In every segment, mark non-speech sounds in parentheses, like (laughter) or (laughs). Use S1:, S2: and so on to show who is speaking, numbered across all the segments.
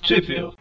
S1: possível.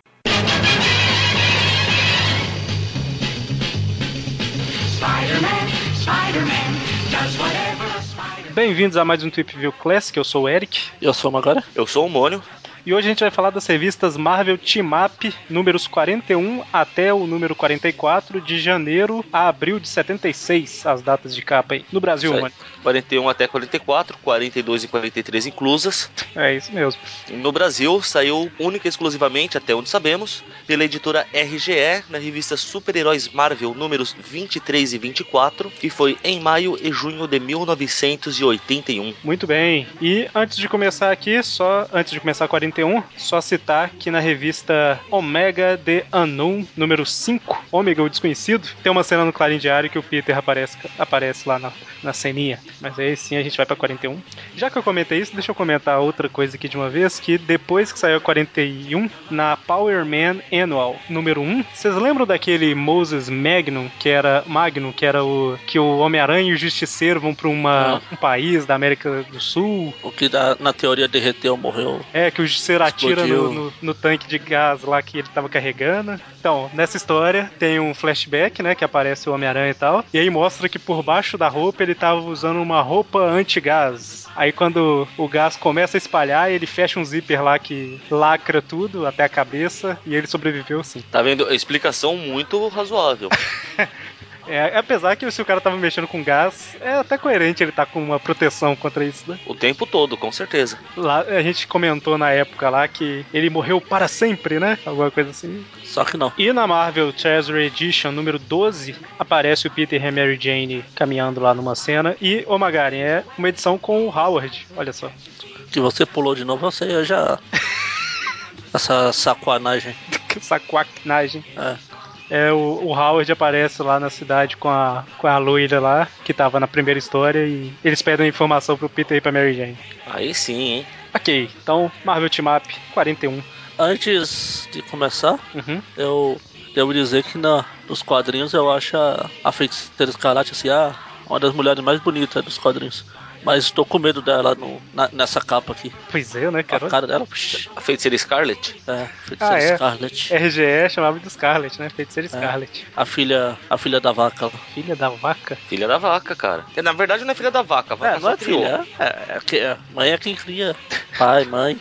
S1: Bem-vindos a mais um Trip View Classic, eu sou o Eric.
S2: Eu sou o Magara.
S3: Eu sou o Mônio.
S1: E hoje a gente vai falar das revistas Marvel Team Up, números 41 até o número 44, de janeiro a abril de 76, as datas de capa aí. No Brasil,
S3: Isso aí.
S1: mano.
S3: 41 até 44, 42 e 43 inclusas.
S1: É isso mesmo.
S3: No Brasil, saiu única e exclusivamente, até onde sabemos, pela editora RGE, na revista Super-Heróis Marvel números 23 e 24, que foi em maio e junho de 1981.
S1: Muito bem. E antes de começar aqui, só antes de começar 41, só citar que na revista Omega de Unknown, número 5, Ômega o Desconhecido, tem uma cena no Clarim Diário que o Peter aparece, aparece lá na, na ceninha. Mas aí sim a gente vai pra 41. Já que eu comentei isso, deixa eu comentar outra coisa aqui de uma vez, que depois que saiu a 41, na Power Man Annual, número 1, vocês lembram daquele Moses Magnum, que era Magnum, que era o que o Homem-Aranha e o Justiceiro vão pra uma, um país da América do Sul?
S2: O que na, na teoria derreteu, morreu.
S1: É, que o Justiceiro atira no,
S2: Explodiu.
S1: no- no tanque de gás lá que ele tava carregando. Então, nessa história tem um flashback, né? Que aparece o Homem-Aranha e tal. E aí mostra que por baixo da roupa ele tava usando uma roupa anti-gás. Aí quando o gás começa a espalhar, ele fecha um zíper lá que lacra tudo até a cabeça. E ele sobreviveu sim.
S3: Tá vendo? Explicação muito razoável.
S1: É, apesar que se o cara tava mexendo com gás, é até coerente ele tá com uma proteção contra isso, né?
S3: o tempo todo, com certeza.
S1: Lá, a gente comentou na época lá que ele morreu para sempre, né? Alguma coisa assim.
S2: Só que não.
S1: E na Marvel Treasure Edition número 12 aparece o Peter e a Mary Jane caminhando lá numa cena. E, ô Magaren, é uma edição com o Howard, olha só. (laughs)
S2: Que você pulou de novo, você
S3: (laughs)
S2: já. Essa sacanagem.
S1: Que Saquaquinagem.
S2: É.
S1: É, o, o Howard aparece lá na cidade com a, com a loira lá, que tava na primeira história, e eles pedem informação pro Peter e pra Mary Jane.
S3: Aí sim, hein?
S1: Ok, então Marvel Team Up 41.
S2: Antes de começar,
S1: Uhum.
S2: eu devo dizer que na, nos quadrinhos eu acho a, a feiticeira escarlate assim, ah, uma das mulheres mais bonitas dos quadrinhos. Mas estou com medo dela no, na- nessa capa aqui.
S1: Pois é, né,
S2: A
S1: cara?
S2: cara dela, psh,
S3: A feiticeira Scarlet?
S2: é, feiticeira
S1: Ah, é?
S2: Scarlet.
S1: RGE chamava de Scarlet, né? Feiticeira
S2: É.
S1: Scarlet.
S2: A filha, a filha da vaca. lá.
S1: Filha da vaca?
S3: Filha da vaca, cara. Na verdade, não é filha da vaca, a vaca
S2: É, não
S3: só
S2: é
S3: criou.
S2: filha. É, é, que- é, mãe é quem cria. Pai, mãe.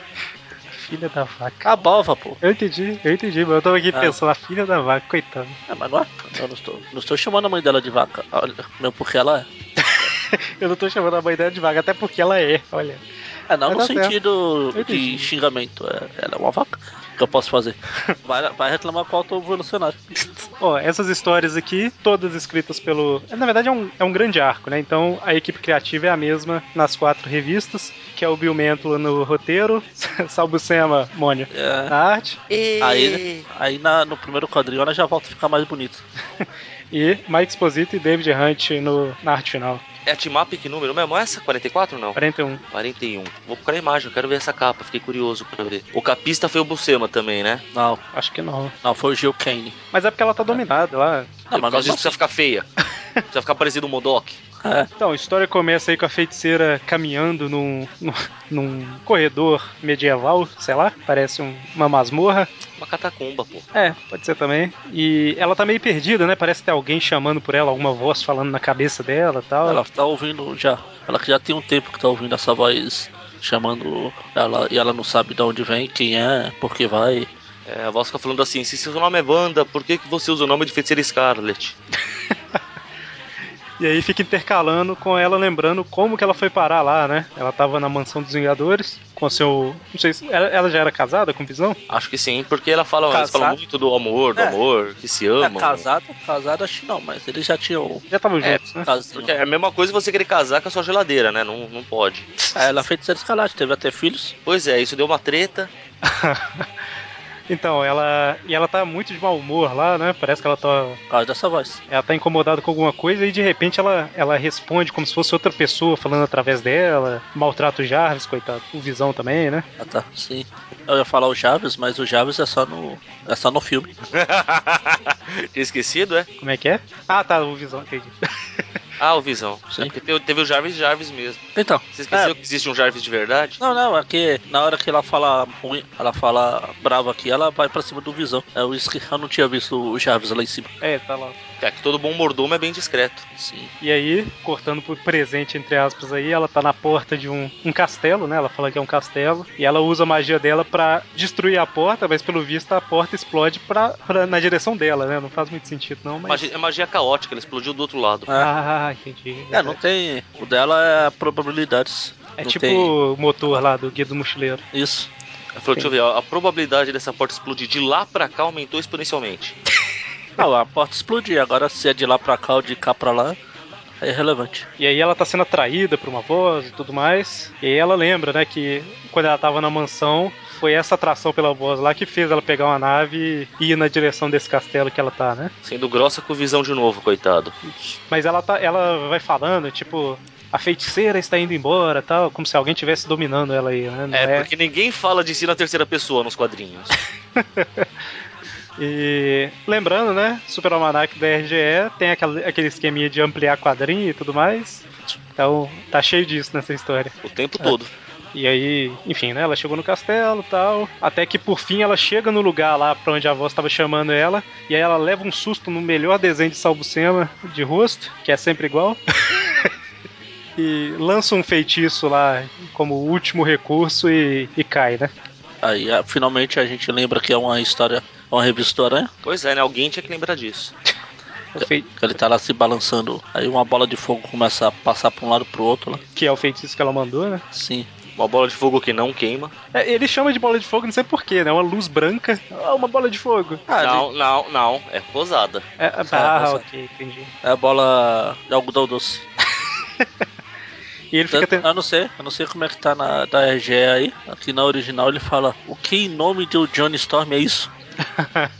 S1: Filha da vaca.
S2: A balva, pô.
S1: Eu entendi, eu entendi, mas eu tava aqui
S2: Ah.
S1: pensando, a filha da vaca, coitado.
S2: É, mas não é. Eu não estou, não estou chamando a mãe dela de vaca. Olha, mesmo porque ela é.
S1: (laughs) Eu não tô chamando a mãe dela de vaca, até porque ela é, olha.
S2: É, não
S1: Mas
S2: no
S1: tá certo.
S2: sentido
S1: Eu entendi.
S2: de xingamento. É, ela é uma vaca. O que eu posso fazer? Vai, vai reclamar com o autoevolucionário.
S1: Ó, essas histórias aqui, todas escritas pelo. Na verdade, é um, é um grande arco, né? Então a equipe criativa é a mesma nas quatro revistas, que é o Bill Mantlo no roteiro, (laughs) Salbucema, Mônio.
S2: É.
S1: Na arte
S2: Aí, aí na- no primeiro quadrinho ela já volta a ficar mais bonita.
S1: e Mike Exposito e David Hunt no, na arte final.
S3: É a Timap que número mesmo? É Essa? 44 ou não?
S1: 41.
S3: 41. Vou procurar a imagem, eu quero ver essa capa, fiquei curioso pra ver. O capista foi o Bucema também, né?
S2: Não,
S1: Acho que não.
S2: não, foi o Gil Kane.
S1: Mas é porque ela tá dominada lá.
S2: Não,
S3: Por
S2: Ah, mas
S3: causa disso
S2: mesmo
S3: precisa
S2: (laughs)
S3: ficar feia. precisa ficar parecido um Modok.
S2: assim, é,
S1: Então, a história começa aí com a feiticeira caminhando num, (laughs) num, num corredor medieval, sei lá, parece um- uma masmorra.
S3: Uma catacumba, pô.
S1: É, pode ser também. E ela tá meio perdida, né? Parece que tem alguém chamando por ela, alguma voz falando na cabeça dela e tal.
S2: ela tá ouvindo já. Ela que já tem um tempo que tá ouvindo essa voz chamando ela e ela não sabe de onde vem, quem é, por que vai.
S3: É, a voz fica falando assim: se seu nome é Wanda, por que, que você usa o nome de feiticeira Scarlet?
S1: E aí fica intercalando com ela lembrando como que ela foi parar lá, né? Ela tava na mansão dos Vingadores com seu. Não sei se. Ela, ela já era casada com o Visão?
S3: Acho que sim, porque ela fala, eles
S2: Casado.
S3: falam muito do amor, do
S2: É.
S3: amor, que se
S2: É,
S3: amam.
S2: casada, casada acho que não, mas eles já um tinham
S1: Já estavam
S3: É,
S1: juntos, né?
S2: casinho.
S3: Porque é a mesma coisa você querer casar com a sua geladeira, né? Não, não pode.
S2: É, Ela fez feiticeira escarlate, teve até filhos.
S3: Pois é, isso deu
S2: (laughs)
S3: uma treta.
S1: então, ela. E ela tá muito de mau humor lá, né? Parece que ela tá
S2: Por causa dessa voz.
S1: Ela tá incomodada com alguma coisa e de repente ela, ela responde como se fosse outra pessoa falando através dela. Maltrata o Jarvis, coitado. O Visão também, né?
S2: Ah tá, sim. Eu ia falar o Chaves, mas o Chaves é só no. é só no filme.
S3: Tinha esquecido, é?
S2: (laughs)
S1: Como é que é? Ah, tá, o Visão, entendi.
S3: Ah, o Visão.
S2: Sim.
S3: É porque teve, teve o Jarvis Jarvis mesmo.
S2: Então.
S3: Você esqueceu que existe um Jarvis de verdade?
S2: Não, não, é que na hora que ela fala ruim, ela fala brava aqui, ela vai pra cima do Visão. É Eu, esque- eu não tinha visto o Jarvis lá em cima.
S1: É, tá lá.
S3: É que todo bom mordomo é bem discreto.
S2: Sim.
S1: E aí, cortando pro presente, entre aspas, aí, ela tá na porta de um, um castelo, né? Ela fala que é um castelo. E ela usa a magia dela pra destruir a porta, mas pelo visto a porta explode pra, pra- na direção dela, né? Não faz muito sentido, não, mas.
S3: Magia, é magia caótica, ele explodiu do outro lado.
S2: É.
S1: Ah, entendi.
S2: É, não tem. O dela é probabilidades.
S1: É
S2: não
S1: tipo
S2: tem
S1: o motor lá do Guia do Mochileiro.
S2: isso.
S3: Ele falou, deixa eu ver, ó, a probabilidade dessa porta explodir de lá pra cá aumentou exponencialmente.
S2: Não, a porta explodir. Agora se é de lá pra cá ou de cá pra lá, é irrelevante.
S1: E aí ela tá sendo atraída por uma voz e tudo mais. E aí ela lembra, né, que quando ela tava na mansão, foi essa atração pela voz lá que fez ela pegar uma nave e ir na direção desse castelo que ela tá, né?
S3: Sendo grossa com visão de novo, coitado.
S1: Mas ela tá, ela vai falando, tipo, a feiticeira está indo embora, tal, como se alguém estivesse dominando ela aí, né? Não
S3: É, porque ninguém fala de si na terceira pessoa nos quadrinhos.
S1: E lembrando, né, Super Almanac da RGE tem aquele, aquele esqueminha de ampliar quadrinho e tudo mais. Então, tá cheio disso nessa história.
S3: O
S1: (laughs)
S3: tempo todo.
S1: E aí, enfim, né? Ela chegou no castelo tal. Até que por fim ela chega no lugar lá pra onde a voz tava chamando ela. E aí ela leva um susto no melhor desenho de Salbucema de rosto, que é sempre igual. (laughs) e lança um feitiço lá como último recurso e, e cai, né?
S2: Aí a- finalmente a gente lembra que é uma história, uma revista do Aranha,
S3: Pois é, né? Alguém tinha que lembrar disso.
S1: O fei-
S2: que ele tá lá se balançando. Aí uma bola de fogo começa a passar pra um lado pro outro lá.
S1: Que é o feitiço que ela mandou, né?
S2: Sim.
S3: Uma bola de fogo que não queima.
S1: É, ele chama de bola de fogo, não sei porquê, né? Uma luz branca. Ah, uma bola de fogo.
S2: Ah,
S3: não, não, não. É rosada.
S1: É, ah,
S2: nossa.
S1: ok, entendi.
S2: É a bola de algodão doce.
S1: E ele fica (laughs) tentando.
S2: Eu não sei, eu não sei como é que tá na da RGE aí. Aqui na original ele fala, o que em nome de Johnny Storm é isso?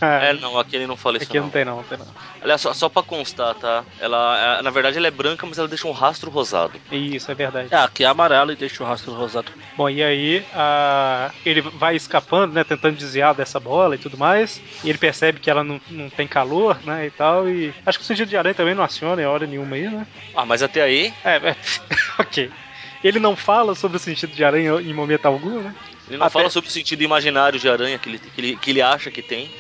S3: É, não, aqui ele não fala isso.
S1: Aqui não
S3: não.
S1: tem não, não tem não.
S3: Olha só, só pra constar, tá? Ela, é, na verdade, ela é branca, mas ela deixa um rastro rosado.
S1: Isso, é verdade.
S2: É, aqui é amarelo e deixa o rastro rosado.
S1: Bom, e aí a- ele vai escapando, né? Tentando desviar dessa bola e tudo mais. E ele percebe que ela não, não tem calor, né? E tal. E acho que o sentido de aranha também não aciona em hora nenhuma aí, né?
S3: Ah, mas até aí,
S1: É, é (laughs) ok. Ele não fala sobre o sentido de aranha em momento algum, né?
S3: ele não
S1: Até-
S3: fala sobre o sentido imaginário de aranha que ele, que ele, que ele acha que tem.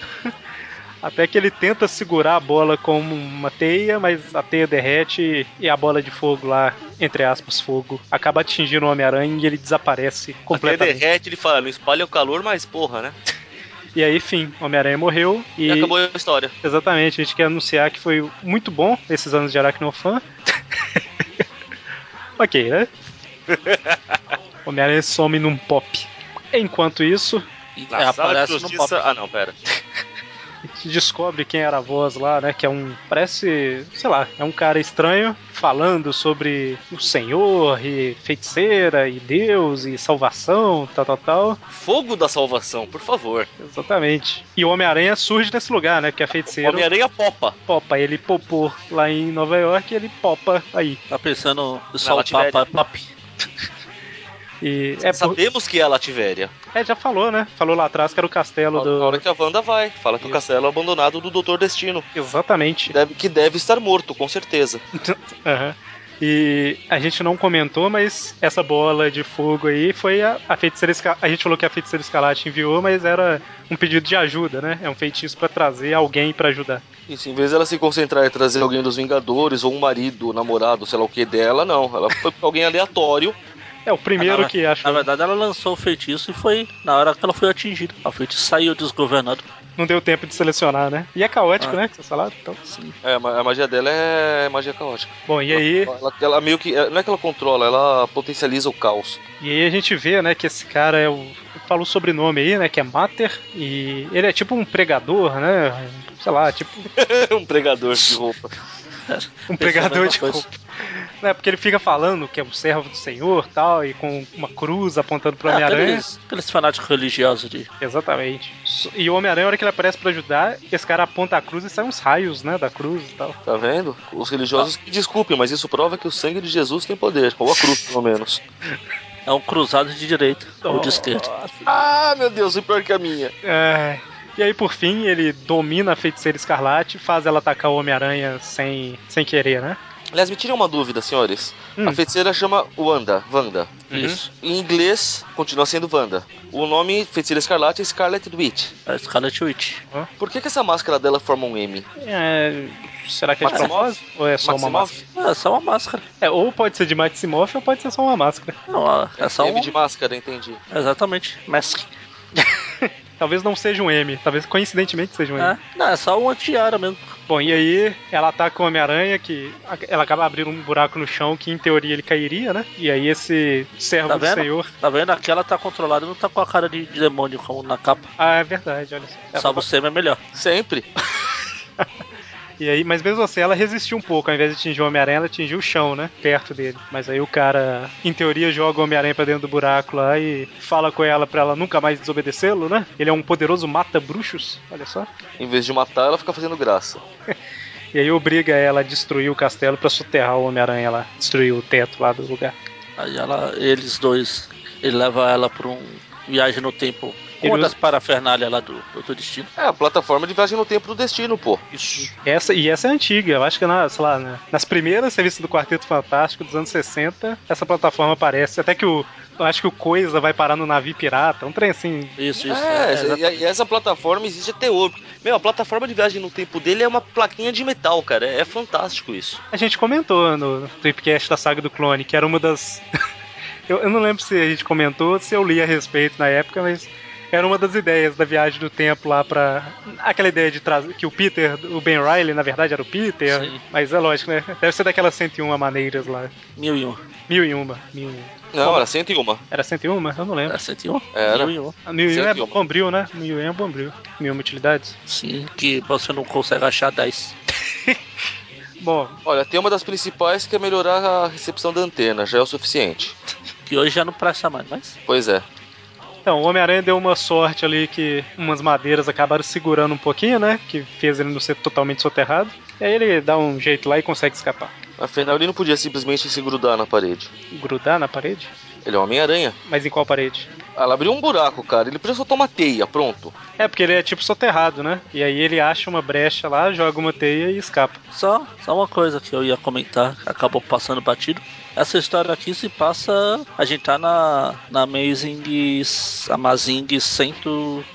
S1: Até que ele tenta segurar a bola com uma teia, mas a teia derrete e a bola de fogo lá, entre aspas, fogo, acaba atingindo o Homem-Aranha e ele desaparece
S3: Até
S1: completamente.
S3: derrete, ele fala, não espalha o calor, mas porra, né?
S1: E aí, fim, o Homem-Aranha morreu e.
S3: E acabou a história.
S1: Exatamente, a gente quer anunciar que foi muito bom esses anos de Aracnofan. (laughs) ok, né? Homem-Aranha some num pop. Enquanto isso,
S2: E
S3: Na
S2: é,
S3: sala de
S2: aparece no pop.
S3: justiça... Ah, não, pera.
S1: a gente descobre quem era a voz lá, né? Que é um. Parece. sei lá, é um cara estranho falando sobre o Senhor e feiticeira e Deus e salvação, tal, tal, tal.
S3: Fogo da salvação, por favor.
S1: Exatamente. E o Homem-Aranha surge nesse lugar, né? Porque a feiticeira
S3: Homem-Aranha popa.
S1: popa. Ele popou lá em Nova York e ele popa aí.
S2: Tá pensando
S3: Na
S2: só o
S3: Lativéria.
S2: papa, papi.
S1: E é, por-
S3: Sabemos que é a Lativéria.
S1: é, já falou, né? Falou lá atrás que era o castelo
S3: Na
S1: do.
S3: hora que a Wanda vai, fala que o castelo é abandonado do Doutor Destino, que
S1: Exatamente.
S3: deve, que deve estar morto, com certeza.
S1: Aham. E a gente não comentou, mas essa bola de fogo aí foi a, a feiticeira Esca- A gente falou que a feiticeira escalate enviou, mas era um pedido de ajuda, né? É um feitiço pra trazer alguém pra ajudar.
S3: Isso, em vez dela se concentrar em trazer alguém dos Vingadores, ou um marido, namorado, sei lá o que dela, não. Ela foi pra alguém aleatório.
S1: É o primeiro
S2: Ah, não,
S1: que achou.
S2: Na verdade, ela lançou o feitiço e foi na hora que ela foi atingida. O feitiço saiu desgovernado.
S1: Não deu tempo de selecionar, né? E é caótico,
S2: Ah.
S1: né? Que vocês falaram? Então.
S3: (laughs) É, a ma- a magia dela é magia caótica.
S1: Bom, e aí.
S3: Ela, ela meio que. Não é que ela controla, ela potencializa o caos. (laughs)
S1: E aí a gente vê, né, que esse cara é o. Fala o sobrenome aí, né? Que é Mater. E ele é tipo um pregador, né? Sei lá, tipo.
S3: um pregador de roupa.
S1: Um
S2: Pensa a
S1: pregador
S2: mesma
S1: de
S2: coisa.
S1: roupa. Né, porque ele fica falando que é o servo do Senhor tal, e com uma cruz apontando pro
S2: É,
S1: Homem-Aranha.
S2: aqueles, aqueles fanáticos religiosos de.
S1: Exatamente. E o Homem-Aranha, na hora que ele aparece pra ajudar, esse cara aponta a cruz e sai uns raios, né, da cruz e tal.
S3: Tá vendo? Os religiosos que desculpem, mas isso prova que o sangue de Jesus tem poder. Ou a cruz, pelo menos.
S2: É um cruzado de direita ou de
S1: Nossa.
S2: esquerda.
S3: Ah, meu Deus, e pior que a minha.
S1: É. E aí, por fim, ele domina a feiticeira escarlate, faz ela atacar o Homem-Aranha sem, sem querer, né?
S3: Aliás, me tirem uma dúvida, senhores.
S1: Hum.
S3: A feiticeira chama Wanda, Wanda.
S1: Uhum.
S2: Isso.
S3: Em inglês, continua sendo Wanda. O nome Feiticeira Escarlate é Scarlet Witch.
S2: A É Scarlet Witch.
S3: Por que, que essa máscara dela forma um M?
S1: É, será que é de
S3: Maximoff?
S1: propósito? Ou é só uma
S3: Maximoff?
S1: máscara?
S2: É só uma máscara.
S1: É, ou pode ser de Maximoff ou pode ser só uma máscara.
S2: Não, a- é só
S3: M
S2: um.
S3: de máscara, entendi.
S2: Exatamente. Mask.
S1: Talvez não seja um M, talvez coincidentemente seja um M.
S2: É. Não, é só um antiara mesmo.
S1: Bom, e aí ela ataca o Homem-Aranha, que a- ela acaba abrindo um buraco no chão que em teoria ele cairia, né? E aí esse servo
S2: Tá
S1: do
S2: vendo?
S1: senhor.
S2: Tá vendo? Aquela tá controlada não tá com a cara de, de demônio como na capa.
S1: Ah, é verdade, olha só. Ela
S2: só você é melhor.
S3: Sempre.
S1: E aí, mas mesmo assim, ela resistiu um pouco. Ao invés de atingir o Homem-Aranha, ela atingiu o chão, né? Perto dele. Mas aí o cara, em teoria, joga o Homem-Aranha pra dentro do buraco lá e fala com ela pra ela nunca mais desobedecê-lo, né? Ele é um poderoso mata-bruxos, olha só.
S3: Em vez de matar, ela fica fazendo graça.
S1: E aí obriga ela a destruir o castelo pra soterrar o Homem-Aranha lá. Destruir o teto lá do lugar.
S2: Aí ela, eles dois, ele leva ela pra um viagem no tempo.
S1: Ele
S2: Uma
S1: usa-
S2: das parafernália lá do, do, do destino.
S3: É, a plataforma de viagem no tempo do destino, pô.
S2: Isso.
S1: Essa, e essa é antiga, eu acho que na, sei lá, né, nas primeiras revistas do Quarteto Fantástico dos anos 60, essa plataforma aparece. Até que o. Eu acho que o Coisa vai parar no navio pirata. Um trem assim.
S2: Isso, isso.
S3: É,
S2: É,
S3: essa-
S2: exato.
S3: e, e essa plataforma existe até hoje. Meu, a plataforma de viagem no tempo dele é uma plaquinha de metal, cara. É, é fantástico isso.
S1: A gente comentou no Tripcast da Saga do Clone, que era uma das. (laughs) eu, eu não lembro se a gente comentou, se eu li a respeito na época, mas. Era uma das ideias da viagem do tempo lá pra. Aquela ideia de trazer. Que o Peter, o Ben Riley, na verdade era o Peter.
S2: Sim.
S1: Mas é lógico, né? Deve ser daquelas 101 maneiras lá.
S2: Mil e um.
S1: Mil e uma. Mil e uma.
S3: Não, era 101.
S1: Era 101? Eu não lembro.
S2: É 101?
S3: Era.
S2: Mil e um.
S1: A Mil Yen é
S3: Certo.
S1: bombril, né? Mil Yen é bombril. Mil Yen utilidades.
S2: Sim, que você não consegue achar 10.
S1: Bom,
S3: Olha, tem uma das principais que é melhorar a recepção da antena, já é o suficiente.
S2: Que hoje já não presta mais, mas.
S3: Pois é.
S1: então, o Homem-Aranha deu uma sorte ali que umas madeiras acabaram segurando um pouquinho, né? Que fez ele não ser totalmente soterrado. E aí ele dá um jeito lá e consegue escapar.
S3: Afinal, ele não podia simplesmente se grudar na parede.
S1: Grudar na parede?
S3: Ele é um Homem-Aranha.
S1: Mas em qual parede?
S3: Ela abriu um buraco, cara. Ele precisa soltar uma teia, pronto.
S1: É, porque ele é tipo soterrado, né? E aí ele acha uma brecha lá, joga uma teia e escapa.
S2: Só, só uma coisa que eu ia comentar, que acabou passando batido. Essa história aqui se passa. A gente tá na, na Amazing. Amazing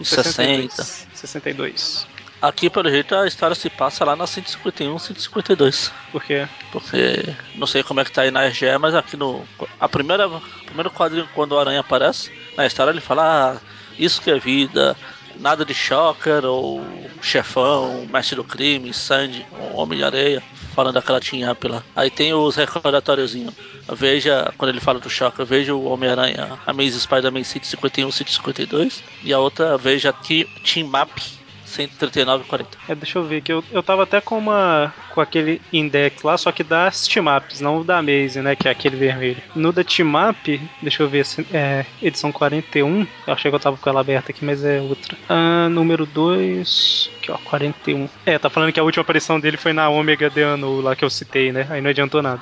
S2: 160.
S1: 62.
S2: Aqui, pelo jeito, a história se passa lá na 151, 152.
S1: Porque
S2: Porque não sei como é que tá aí na RGE, mas aqui no. A primeira, o primeiro quadrinho quando o Aranha aparece, na história ele fala, ah, isso que é vida, nada de shocker, ou chefão, mestre do crime, Sandy, ou homem de areia, falando daquela tinha lá. Aí tem os recordatóriozinhos. Veja, quando ele fala do Shocker, veja o Homem-Aranha, Amazing Spider-Man 151, 152. E a outra, veja aqui, Team Map 139, 40.
S1: É, deixa eu ver que eu, eu tava até com uma com aquele index lá, só que da Steamaps, não o da Maze, né, que é aquele vermelho. No da Teamap, deixa eu ver se é edição 41. Eu achei que eu tava com ela aberta aqui, mas é outra. Ah, número 2, aqui ó, 41. É, tá falando que a última aparição dele foi na Omega de Anu lá que eu citei, né? Aí não adiantou nada.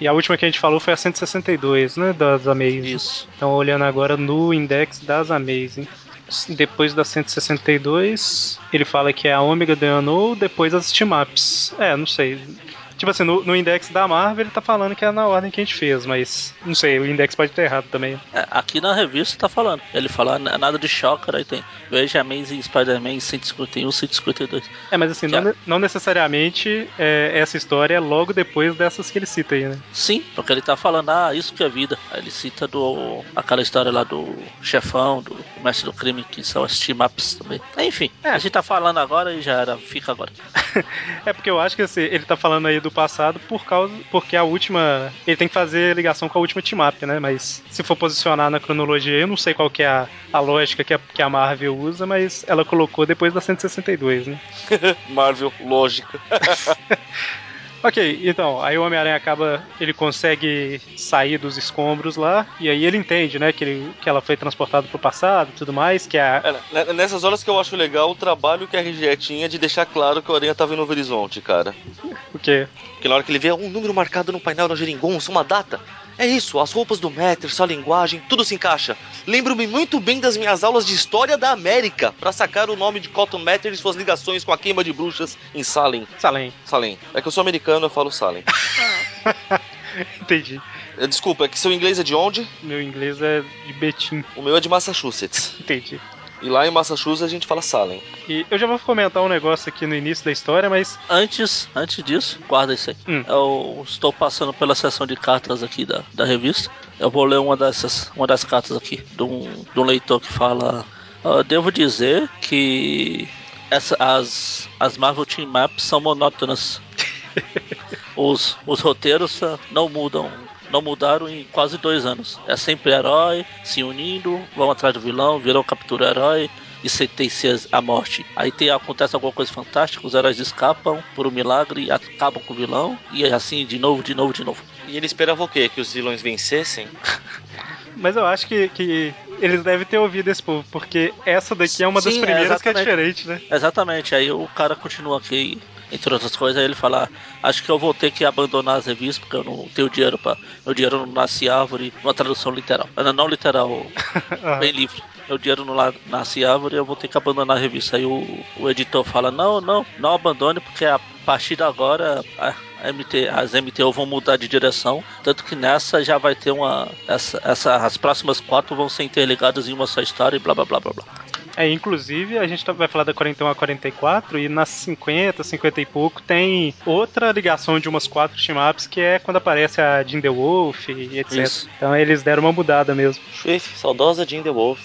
S1: E a última que a gente falou foi a 162, né, da, da Maze.
S2: Isso.
S1: Então, olhando agora no index das Amazing. Depois da 162, ele fala que é a Omega do Unknown, depois as Steamaps. É, não sei. Tipo assim, no, no index da Marvel ele tá falando que é na ordem que a gente fez, mas não sei, o index pode estar errado também.
S2: É, aqui na revista tá falando. Ele fala "Na- nada de Shocker, aí tem. Veja Amazing Spider-Man 151, 152.
S1: É, mas assim, não,
S2: Já.
S1: ne- não necessariamente é, essa história é logo depois dessas que ele cita aí, né?
S2: Sim, porque ele tá falando, ah, isso que é vida. Aí ele cita do aquela história lá do chefão, do mestre do crime, que são as team-ups também. Enfim,
S1: É.
S2: a gente tá falando agora e já era, fica agora.
S1: É porque eu acho que assim, ele tá falando aí do passado por causa. Porque a última. Ele tem que fazer ligação com a última team-up, né? Mas se for posicionar na cronologia, eu não sei qual que é a, a lógica que a, que a Marvel usa, mas ela colocou depois da 162, né?
S3: (laughs) Marvel, lógica.
S1: Ok, então, aí o Homem-Aranha acaba. Ele consegue sair dos escombros lá, e aí ele entende, né? Que, ele, que ela foi transportada pro passado e tudo mais, que a.
S3: É, né- nessas horas que eu acho legal o trabalho que a RGE tinha de deixar claro que o Aranha tava indo no horizonte, cara.
S1: O quê? (laughs)
S3: Porque na hora que ele vê um número marcado no painel da geringonça, uma data. É isso, as roupas do Matter, sua linguagem, tudo se encaixa. Lembro-me muito bem das minhas aulas de História da América, pra sacar o nome de Cotton Mather e suas ligações com a queima de bruxas em Salem.
S1: Salem.
S3: Salem. É que eu sou americano, eu falo Salem.
S1: Entendi.
S3: Desculpa, é que seu inglês é de onde?
S1: Meu inglês é de Betim.
S3: O meu é de Massachusetts.
S1: Entendi.
S3: E lá em Massachusetts a gente fala Salem.
S1: E eu já vou comentar um negócio aqui no início da história, mas
S2: Antes, antes disso, guarda isso aí.
S1: Hum.
S2: Eu estou passando pela seção de cartas aqui da, da revista. Eu vou ler uma dessas, uma das cartas aqui, de um, de um leitor que fala. "Ah, devo dizer que essa, as, as Marvel Team Maps são monótonas. os, os roteiros ah, não mudam. Não mudaram em quase dois anos. É sempre herói se unindo, vão atrás do vilão, virou captura herói e sentencias à morte. Aí tem, acontece alguma coisa fantástica, os heróis escapam por um milagre, acabam com o vilão, e assim de novo, de novo, de novo.
S3: E ele esperava o quê? Que os vilões vencessem?
S1: mas eu acho que, que eles devem ter ouvido esse povo, porque essa daqui é uma das
S2: Sim, é,
S1: primeiras que é
S2: exatamente.
S1: diferente, né?
S2: Exatamente, aí o cara continua aqui, entre outras coisas, aí ele fala, acho que eu vou ter que abandonar as revistas, porque eu não tenho dinheiro para Meu dinheiro não nasce árvore, uma tradução literal. Não, não literal,
S1: Ah,
S2: bem livre. Meu dinheiro não la- nasce árvore, eu vou ter que abandonar a revista. Aí o, o editor fala: Não, não, não abandone, porque a partir de agora a MT, as MTO vão mudar de direção. Tanto que nessa já vai ter uma. Essa, essa, as próximas quatro vão ser interligadas em uma só história e blá blá blá blá blá.
S1: É, inclusive, a gente tá- vai falar da 41 a 44 e nas 50, 50 e pouco tem outra ligação de umas quatro team-ups que é quando aparece a Jean The Wolf e etc.
S2: Isso.
S1: Então eles deram uma mudada mesmo.
S3: Swift, saudosa Jean The Wolf.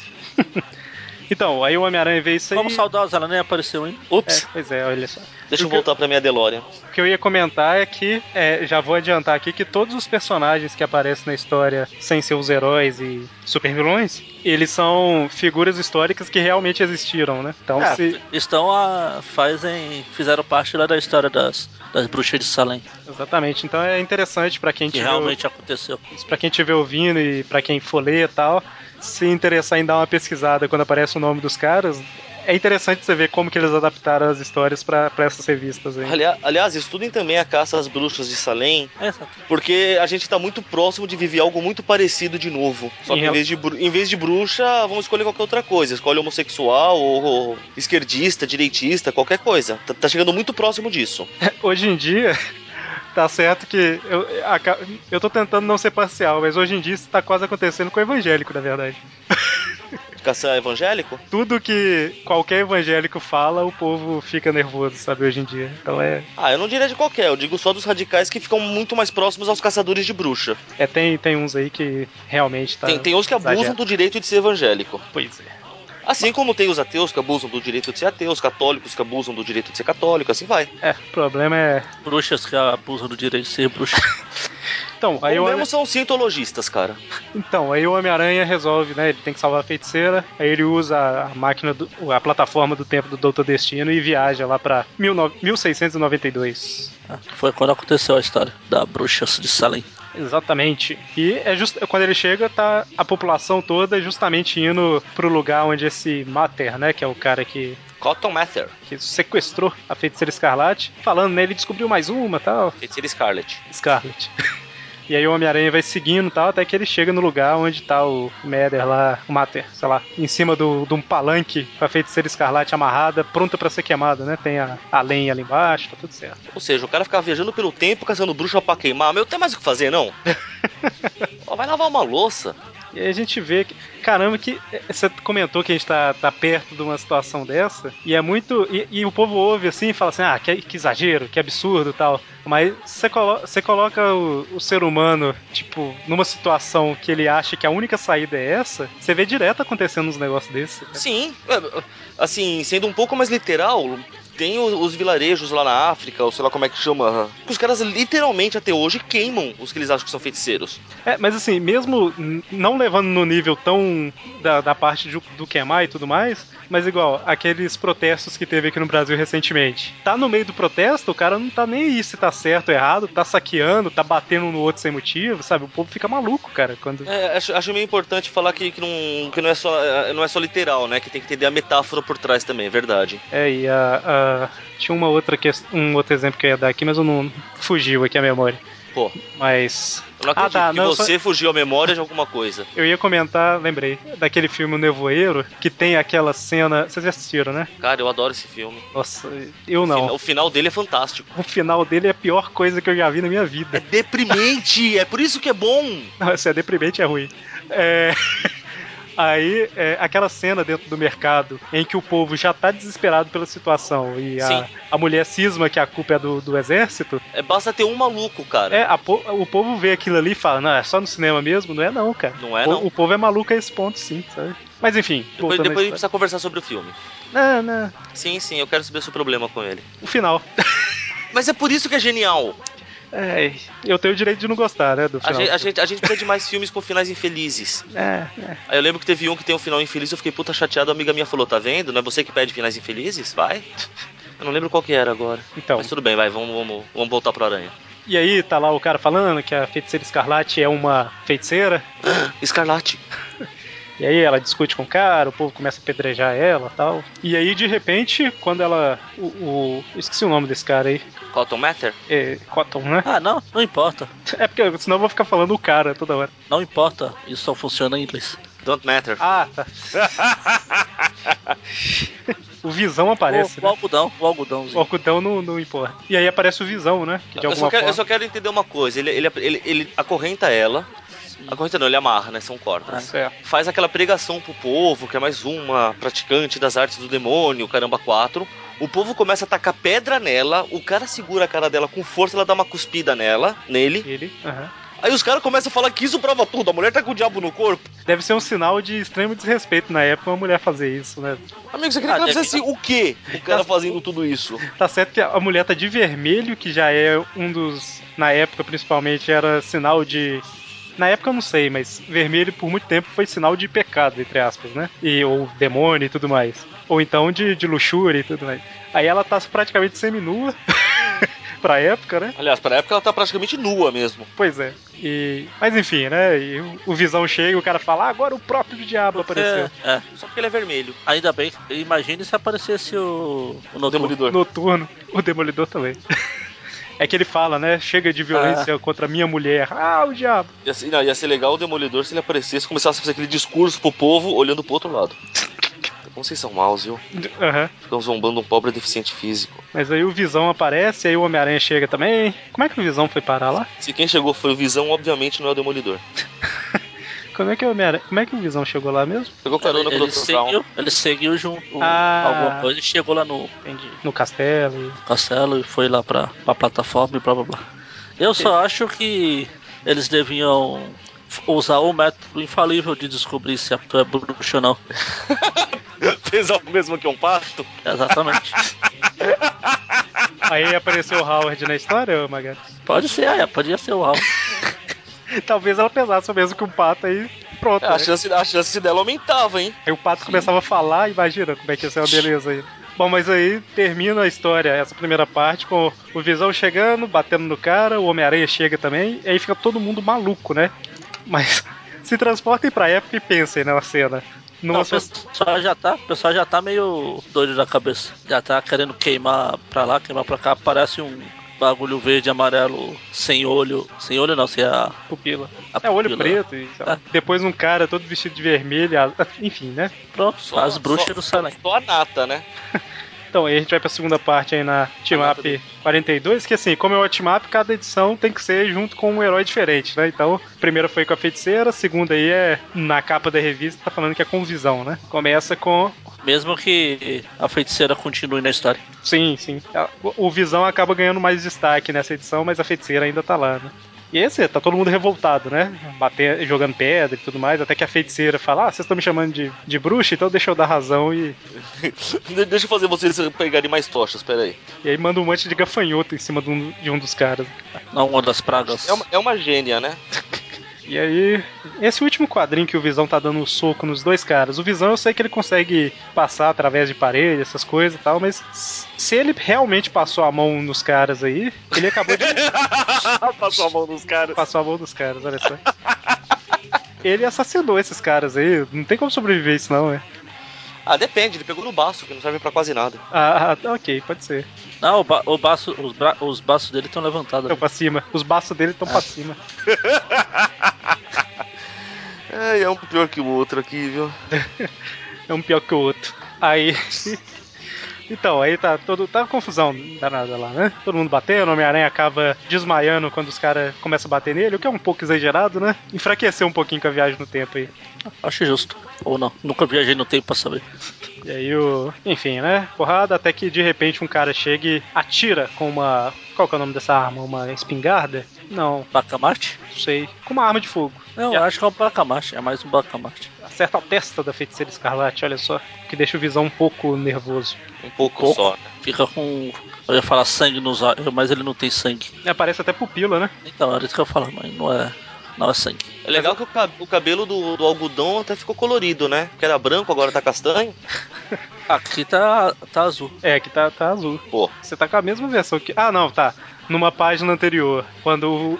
S1: Então, aí o Homem-Aranha vê isso aí.
S2: Como saudosa, ela nem apareceu ainda.
S1: É,
S3: Ups,
S1: pois é, olha só.
S3: deixa eu
S1: porque-
S3: voltar pra minha DeLorean.
S1: O que eu ia comentar é que, é, já vou adiantar aqui, que todos os personagens que aparecem na história sem ser os heróis e supervilões, eles são figuras históricas que realmente existiram, né? Então,
S2: É,
S1: se.
S2: Estão a. fazem. fizeram parte lá da história das, das bruxas de Salem,
S1: Exatamente. Então é interessante pra quem
S2: que
S1: tiver,
S2: realmente aconteceu.
S1: pra quem tiver ouvindo e pra quem for ler e tal, se interessar em dar uma pesquisada quando aparece o nome dos caras. É interessante você ver como que eles adaptaram as histórias pra pra essas revistas aí. né?
S3: Alia- Aliás, estudem também a caça às bruxas de Salem,
S2: É, exato.
S3: porque a gente tá muito próximo de viver algo muito parecido de novo. Só que
S1: Em
S3: em vez de, bru- em vez de bruxa, vamos escolher qualquer outra coisa. Escolhe homossexual, ou, ou esquerdista, direitista, qualquer coisa. Tá, tá chegando muito próximo disso.
S1: hoje em dia, (laughs) tá certo que eu, aca- eu tô tentando não ser parcial, mas hoje em dia isso tá quase acontecendo com o evangélico, na verdade.
S3: Caçar evangélico?
S1: Tudo que qualquer evangélico fala, o povo fica nervoso, sabe, hoje em dia. Então é,
S3: Ah, eu não diria de qualquer, eu digo só dos radicais que ficam muito mais próximos aos caçadores de bruxa.
S1: é tem, tem uns aí que realmente tá.
S3: tem, tem uns que abusam
S1: exagero.
S3: do direito de ser evangélico.
S1: Pois é.
S3: Assim como tem os ateus que abusam do direito de ser ateus, católicos que abusam do direito de ser católico, assim vai.
S1: É, o problema é.
S2: Bruxas que abusam do direito de ser bruxa.
S1: Então, aí
S3: Ou
S1: o,
S3: mesmo são cientologistas, cara.
S1: então, aí o Homem-Aranha resolve, né? Ele tem que salvar a feiticeira. Aí ele usa a máquina, do, a plataforma do tempo do Doutor Destino e viaja lá pra 19- 1692.
S2: Foi quando aconteceu a história da bruxa de Salem.
S1: Exatamente. E é just... quando ele chega, tá a população toda justamente indo pro lugar onde esse Mater, né, que é o cara que,
S3: Cotton Mather,
S1: que sequestrou a feiticeira Escarlate, falando, né, ele descobriu mais uma, tal,
S3: feiticeira Scarlet.
S1: Scarlet. (laughs) E aí o Homem-Aranha vai seguindo tal, até que ele chega no lugar onde tá o Mather lá, o Mater, sei lá, em cima do- de um palanque com a feiticeira escarlate amarrada, pronta pra ser queimada, né? Tem a, a lenha ali embaixo, tá tudo certo.
S3: Ou seja, o cara ficava viajando pelo tempo caçando bruxa pra queimar. Meu, tem mais o que fazer, não? Ó, vai lavar uma louça.
S1: E aí a gente vê que, caramba, que eh, você comentou que a gente tá, tá perto de uma situação dessa, e é muito. E, e o povo ouve assim e fala assim: ah, que, que exagero, que absurdo e tal. Mas você, colo- você coloca o, o ser humano, tipo, numa situação que ele acha que a única saída é essa, você vê direto acontecendo uns negócios desses.
S3: Sim, é, assim, sendo um pouco mais literal, tem o- os vilarejos lá na África, ou sei lá como é que chama, que os caras literalmente até hoje queimam os que eles acham que são feiticeiros.
S1: É, mas assim, mesmo n- não levando no nível tão da, da parte de- do queimar e tudo mais, mas igual, aqueles protestos que teve aqui no Brasil recentemente. Tá no meio do protesto, o cara não tá nem aí se tá certo ou errado, tá saqueando, tá batendo um no outro sem motivo, sabe? O povo fica maluco, cara, quando...
S3: É, acho, acho meio importante falar que, que, não, que não, é só, é, não é só literal, né? Que tem que entender a metáfora por trás também, é verdade.
S1: É, e a, a- Tinha uma outra ques- um outro exemplo que eu ia dar aqui, mas eu não... Fugiu aqui a memória.
S3: Pô,
S1: Mas.
S3: eu não
S1: Ah,
S3: acredito
S1: tá,
S3: que
S1: não,
S3: você fugiu à memória de alguma coisa.
S1: Eu ia comentar, lembrei, daquele filme O Nevoeiro, que tem aquela cena. Vocês já assistiram, né?
S3: Cara, eu adoro esse filme.
S1: Nossa, eu
S3: O fina-
S1: não.
S3: O final dele é fantástico.
S1: O final dele é a pior coisa que eu já vi na minha
S3: É (laughs)
S1: vida.
S3: deprimente, é por isso que é bom.
S1: Não, isso é deprimente, é ruim. É. (laughs) Aí, é, aquela cena dentro do mercado em que o povo já tá desesperado pela situação e a,
S3: Sim.
S1: a mulher cisma que a culpa é do, do exército,
S3: É, basta ter um maluco, cara.
S1: é, a po- o povo vê aquilo ali e fala: Não, é só no cinema mesmo? Não é, não, cara.
S3: Não é,
S1: O-
S3: não.
S1: O povo é maluco a esse ponto, sim, sabe? Mas enfim,
S3: Depois,
S1: voltando à
S3: depois a gente
S1: história.
S3: precisa conversar sobre o filme.
S1: Não, não.
S3: Sim, sim, eu quero saber o seu problema com ele.
S1: O final.
S3: Mas é por isso que é genial.
S1: É, eu tenho o direito de não gostar, né? Do
S3: A
S1: final.
S3: gente, a, gente, a gente precisa de mais filmes com finais infelizes.
S1: É, é.
S3: Aí eu lembro que teve um que tem um final infeliz, eu fiquei puta chateado, a amiga minha falou, tá vendo? Não é você que pede finais infelizes? Vai. (laughs) Eu não lembro qual que era agora.
S1: Então,
S3: Mas tudo bem, vai, vamos, vamos, vamos voltar pro Aranha.
S1: e aí tá lá o cara falando que a feiticeira escarlate é uma feiticeira,
S3: Escarlate.
S1: e aí ela discute com o cara, o povo começa a pedrejar ela tal. E aí, de repente, quando ela. O, o- eu esqueci o nome desse cara aí.
S3: Cotton Matter?
S1: É, Cotton, né? (laughs)
S2: Ah, não, não importa.
S1: É porque senão eu vou ficar falando o cara toda hora.
S2: Não importa. Isso só funciona em inglês.
S3: Don't Matter.
S1: Ah, tá. (laughs) o visão aparece,
S2: o, o
S1: né?
S2: algodão, o algodãozinho.
S1: O Orcutão não, não importa. E aí aparece o Visão, né? Que de
S3: Eu só,
S1: alguma
S3: quero, eu
S1: forma.
S3: só quero entender uma coisa. Ele, ele, ele, ele acorrenta ela. Acorrenta não, ele amarra, né? São cordas.
S1: Certo.
S3: Faz aquela pregação pro povo, que é mais uma praticante das artes do demônio, caramba, quatro. O povo começa a tacar pedra nela, o cara segura a cara dela com força, ela dá uma cuspida nela, nele.
S1: Ele. aham.
S3: Aí os caras começam a falar que isso prova tudo, a mulher tá com o diabo no corpo.
S1: Deve ser um sinal de extremo desrespeito na época uma mulher fazer isso, né?
S3: Amigo, você queria
S2: Ah,
S3: que ela
S2: deve-
S3: fizesse o quê? O cara fazendo tudo isso.
S1: Tá certo que a mulher tá de vermelho, que já é um dos. Na época, principalmente, era sinal de. Na época eu não sei, mas vermelho por muito tempo foi sinal de pecado, entre aspas, né? E, ou demônio e tudo mais. Ou então de, de luxúria e tudo mais. Aí ela tá praticamente seminua (laughs) pra época, né?
S3: Aliás, pra época ela tá praticamente nua mesmo.
S1: Pois é. E, mas enfim, né? E o- o Visão chega e o cara fala, "Ah, agora o próprio diabo apareceu.
S2: É, é.
S3: Só porque ele é vermelho.
S2: Ainda bem. Imagine se aparecesse o, o Noturno.
S3: Demolidor.
S1: Noturno. O Demolidor também. (laughs) É que ele fala, né? Chega de violência contra minha mulher. Ah, o diabo.
S3: Ia ser, não, ia ser legal o Demolidor se ele aparecesse e começasse a fazer aquele discurso pro povo olhando pro outro lado. Como vocês são maus, viu?
S1: Aham.
S3: Ficam zombando um pobre deficiente físico.
S1: Mas aí o Visão aparece, aí o Homem-Aranha chega também. Como é que o Visão foi parar lá?
S3: Se quem chegou foi o Visão, obviamente não é o Demolidor.
S1: Como é que o Homem-Aranha... Como é que o Visão chegou lá mesmo?
S3: Pegou carona com o
S2: Ele
S3: Dr. Brown. (laughs)
S2: seguiu, ele seguiu junto o-
S1: Ah.
S2: alguma coisa e chegou lá no
S1: Entendi. No castelo e...
S2: castelo e foi lá pra, pra plataforma e blá blá blá. Eu só acho que eles deviam f- usar o método infalível de descobrir se a pessoa é bruxa ou não.
S3: Fez o mesmo que um pato?
S1: (laughs)
S2: Exatamente.
S1: Aí apareceu o Howard na história, ô Magari?
S2: Pode ser, é, podia ser o Raul.
S1: (laughs) Talvez ela pesasse o mesmo que um pato aí. Pronto.
S3: É, a,
S1: né?
S3: chance, a chance dela aumentava, hein?
S1: Aí o pato começava a falar, imagina como é que ia ser uma beleza aí. Bom, mas aí termina a história, essa primeira parte, com o Visão chegando, batendo no cara, o Homem-Aranha chega também, e aí fica todo mundo maluco, né? Mas (laughs) se transportem pra época e pensem na cena.
S2: Não,
S1: Numa
S2: o
S1: so-
S2: pessoal já tá, o pessoal já tá meio doido da cabeça. Já tá querendo queimar pra lá, queimar pra cá. Parece um bagulho verde, e amarelo, sem olho. Sem olho não, sem a.
S1: pupila.
S2: a
S1: É, olho
S2: pupila.
S1: preto e sei lá.
S2: (laughs) Ah.
S1: Depois um cara todo vestido de vermelho, a- (laughs) enfim, né?
S2: Pronto,
S3: Só-
S2: as bruxas
S3: só-
S2: do Salem.
S3: Só a nata, né?
S1: Então, aí a gente vai pra segunda parte aí na Team
S3: Ah,
S1: Up 42, que assim, como é o Team Up, cada edição tem que ser junto com um herói diferente, né? Então, a primeira foi com a feiticeira, a segunda aí é na capa da revista, tá falando que é com visão, né? Começa com.
S2: Mesmo que a feiticeira continue na história.
S1: Sim, sim. A- O o visão acaba ganhando mais destaque nessa edição, mas a feiticeira ainda tá lá, né? E aí, assim, tá todo mundo revoltado, né? Bater, jogando pedra e tudo mais, até que a feiticeira fala: Ah, vocês estão me chamando de, de bruxa, então deixa eu dar razão e
S3: De- Deixa eu fazer vocês pegarem mais tochas, peraí.
S1: E aí manda um monte de gafanhoto em cima de um, de um dos caras.
S2: Não uma das pragas.
S3: É uma, é uma gênia, né?
S1: E aí, esse último quadrinho que o Visão tá dando um soco nos dois caras. O Visão eu sei que ele consegue passar através de parede, essas coisas e tal, mas se ele realmente passou a mão nos caras aí, ele acabou de
S3: (laughs)
S1: (laughs)
S3: Passou a mão nos caras.
S1: passar a mão nos caras, olha só. Ele assassinou esses caras aí, não tem como sobreviver isso não, é.
S3: Ah, depende, ele pegou no baço, que não serve pra quase nada.
S1: Ah, ah, ok, pode ser.
S2: Não, o, ba o baço, os, bra os baços dele estão levantados.
S1: Então
S2: né?
S1: pra cima. Os baços dele estão pra cima.
S3: É, é um pior que o outro aqui, viu?
S1: É um pior que o outro. Aí. (laughs) Então, aí tá todo. Tá uma confusão danada lá, né? Todo mundo batendo, o Homem-Aranha acaba desmaiando quando os caras começam a bater nele, o que é um pouco exagerado, né? Enfraqueceu um pouquinho com a viagem no tempo aí.
S2: Acho justo. Ou não. Nunca viajei no tempo pra saber.
S1: E aí o. Enfim, né? Porrada, até que de repente um cara chega e atira com uma. Qual que é o nome dessa arma? Uma espingarda? Não,
S2: Bacamarte?
S1: não sei. Com uma arma de fogo.
S2: Não,
S1: Yeah.
S2: acho que é um bacamarte. É mais um bacamarte.
S1: Acerta a testa da feiticeira escarlate, olha só. Que deixa o visão um pouco nervoso.
S3: Um pouco
S2: Pouco.
S3: só. né?
S2: Fica com. Eu ia falar sangue nos olhos, mas ele não tem sangue.
S1: E aparece até pupila, né?
S2: Então, era isso que eu ia falar, mas não é. Não é sangue.
S3: É legal que o ca- o cabelo do, do algodão até ficou colorido, né? Que era branco, agora tá castanho.
S2: Aqui tá, tá azul.
S1: É, que tá, tá azul.
S3: Pô,
S1: Você tá com a mesma versão que. Ah, não, tá. Numa página anterior, quando o.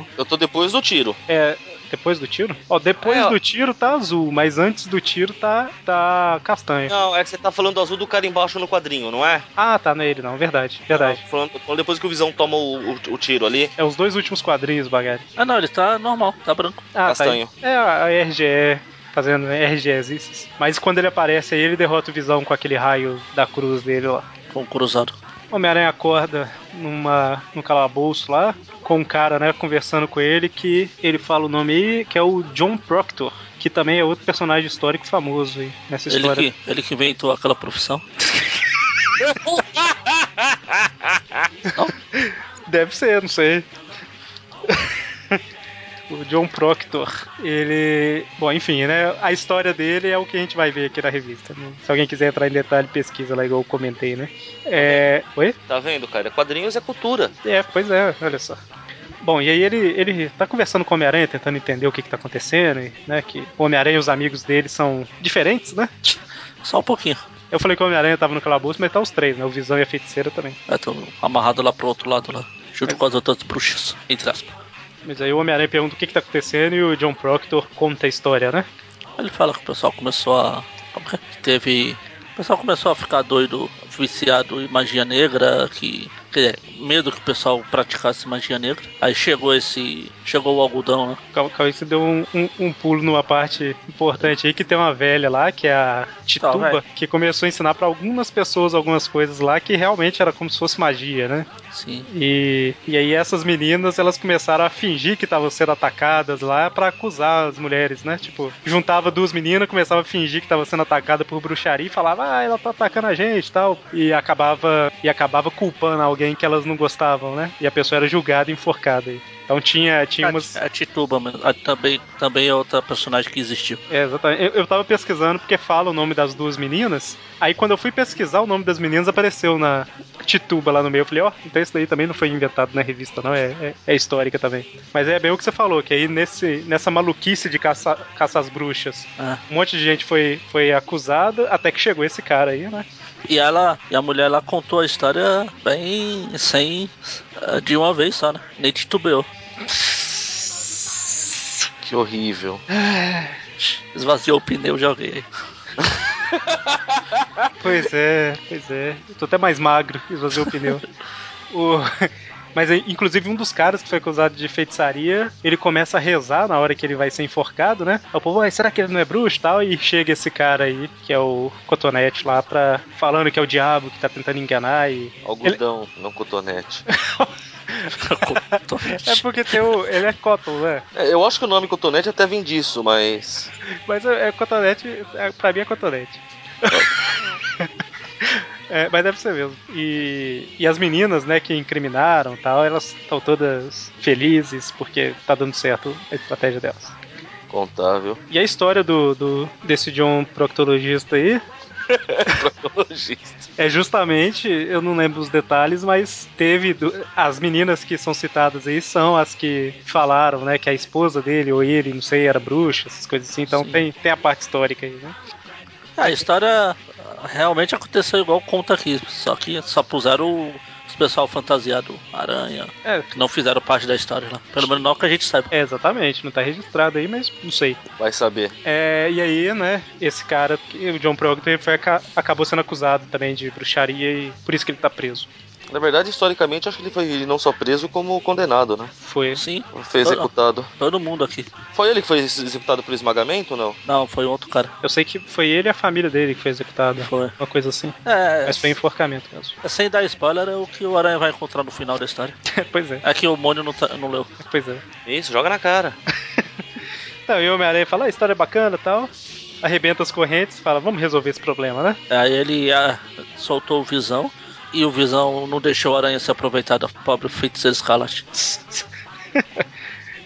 S1: o-
S3: eu tô depois do tiro.
S1: é. Depois do tiro? Ó, depois
S3: É, ó.
S1: do tiro tá azul, mas antes do tiro tá. tá castanho.
S3: Não, é que você tá falando do azul do cara embaixo no quadrinho, não é?
S1: Ah, tá, não é ele não, verdade, verdade.
S3: Não, falando, falando depois que o Visão toma o, o- o tiro ali.
S1: É os dois últimos quadrinhos, Bagari.
S2: Ah, não, ele tá normal, tá branco.
S1: Ah,
S3: Castanho.
S1: tá. É a a RGE fazendo RGEs. Mas quando ele aparece aí, ele derrota o visão com aquele raio da cruz dele lá.
S2: Com o cruzado.
S1: Homem-Aranha acorda numa, num calabouço lá, com um cara, né, conversando com ele, que ele fala o nome aí, que é o John Proctor, que também é outro personagem histórico famoso aí nessa
S2: Ele
S1: história.
S2: que, ele que inventou aquela profissão.
S1: Deve ser, não sei. o John Proctor, ele. Bom, enfim, né? A história dele é o que a gente vai ver aqui na revista. Não- Se alguém quiser entrar em detalhe, pesquisa lá, igual eu comentei, né? É. Oi?
S3: Tá vendo, cara? Quadrinhos é cultura.
S1: É, pois é, olha só. Bom, e aí ele, ele tá conversando com o Homem-Aranha, tentando entender o que, que tá acontecendo, e, né? Que o Homem-Aranha e os amigos dele são diferentes, né?
S2: Só um pouquinho.
S1: Eu falei que o Homem-Aranha tava no calabouço, mas tá os três, né? O Visão e a Feiticeira também.
S2: Eu tô amarrado lá pro outro lado lá. Junto com as outras bruxas. Entre aspas.
S1: Mas aí o Homem-Aranha pergunta o que, que tá acontecendo e o John Proctor conta a história, né?
S2: Ele fala que o pessoal começou a. Como que é? Teve. O pessoal começou a ficar doido, viciado em magia negra, que. Quer dizer, medo que o pessoal praticasse magia negra. Aí chegou esse. Chegou o algodão, né?
S1: Cal- Cauê, você deu um, um, um pulo numa parte importante aí, que tem uma velha lá, que é a
S2: Tá,
S1: Tituba,
S2: vai.
S1: que começou a ensinar pra algumas pessoas algumas coisas lá que realmente era como se fosse magia, né?
S2: Sim.
S1: E, e aí essas meninas, elas começaram a fingir que estavam sendo atacadas lá pra acusar as mulheres, né? Tipo, juntava duas meninas, começava a fingir que estava sendo atacada por bruxaria e falava, ah, ela tá atacando a gente e tal. E acabava, e acabava culpando alguém que elas não gostavam, né? E a pessoa era julgada e enforcada aí. Então tinha, tinha umas.
S2: A Tituba mesmo. Ah, também, também é outra personagem que existiu.
S1: É, exatamente. Eu, eu tava pesquisando porque fala o nome das duas meninas. Aí quando eu fui pesquisar o nome das meninas, apareceu na Tituba lá no meio. Eu falei, ó, então isso daí também não foi inventado na revista, não. É, é, é histórica também. Mas é bem o que você falou, que aí nesse, nessa maluquice de caça, caça às bruxas,
S2: Ah.
S1: um monte de gente foi, foi acusada, até que chegou esse cara aí, né?
S2: E ela, e a mulher lá contou a história bem sem. eh, de uma vez só, né? Nem titubeou.
S3: Que horrível.
S2: Esvaziou o pneu de alguém aí. (laughs)
S1: Pois é, pois é. Eu tô até mais magro, esvaziou o pneu. O- (laughs) Mas, inclusive, um dos caras que foi acusado de feitiçaria, ele começa a rezar na hora que ele vai ser enforcado, né? Aí O povo, "Ué, será que ele não é bruxo e tal? E chega esse cara aí, que é o Cotonete lá, pra... falando que é o diabo, que tá tentando enganar e...
S3: Algodão, não cotonete.
S2: Tô vendo.
S1: É porque tem o... ele é Cotton, né?
S3: É, eu acho que o nome cotonete até vem disso, mas.
S1: Mas é, é cotonete, é, pra mim é cotonete. (laughs) É, mas deve ser mesmo. E, e as meninas, né, que incriminaram e tal, elas estão todas felizes porque tá dando certo a estratégia delas.
S3: (laughs) Contável.
S1: E a história do, do desse John proctologista aí é justamente, eu não lembro os detalhes, mas teve du- as meninas que são citadas aí são as que falaram, né, que a esposa dele ou ele, não sei, era bruxa, essas coisas assim. Então
S2: Sim.
S1: tem, tem a parte histórica aí, né?
S2: eh, A história ah, realmente aconteceu igual conta aqui, só que só puseram o- os pessoal fantasiado, Aranha,
S1: É.
S2: que não fizeram parte da história lá. Pelo menos não que a gente saiba.
S1: É, exatamente, não tá registrado aí, mas não sei.
S3: Vai saber.
S1: É, e aí, né, esse cara, o John Proctor, ele foi aca- acabou sendo acusado também de bruxaria e por isso que ele tá preso.
S3: Na verdade, historicamente, acho que ele foi não só preso, como condenado, né?
S1: Foi.
S2: Sim,
S3: Foi
S2: Foi, ó.
S3: executado.
S2: todo mundo aqui.
S3: Foi ele que foi ex- executado por esmagamento ou não?
S2: Não, foi um outro cara.
S1: Eu sei que foi ele e a família dele que foi executada.
S2: Foi.
S1: Uma coisa assim.
S2: É,
S1: Mas foi enforcamento mesmo. (laughs)
S2: sem dar spoiler, é o que o Aranha vai encontrar no final da história.
S1: pois é,
S2: É que o Mônio não, tá- não leu.
S1: pois é.
S3: Isso, joga na cara.
S1: Então, e o Homem-Aranha fala, ah, história é bacana e tal. Arrebenta as correntes, fala, vamos resolver esse problema, né?
S2: Aí ele ah, soltou o Visão. E o Visão não deixou o Aranha se aproveitar da pobre feiticeira Escarlate.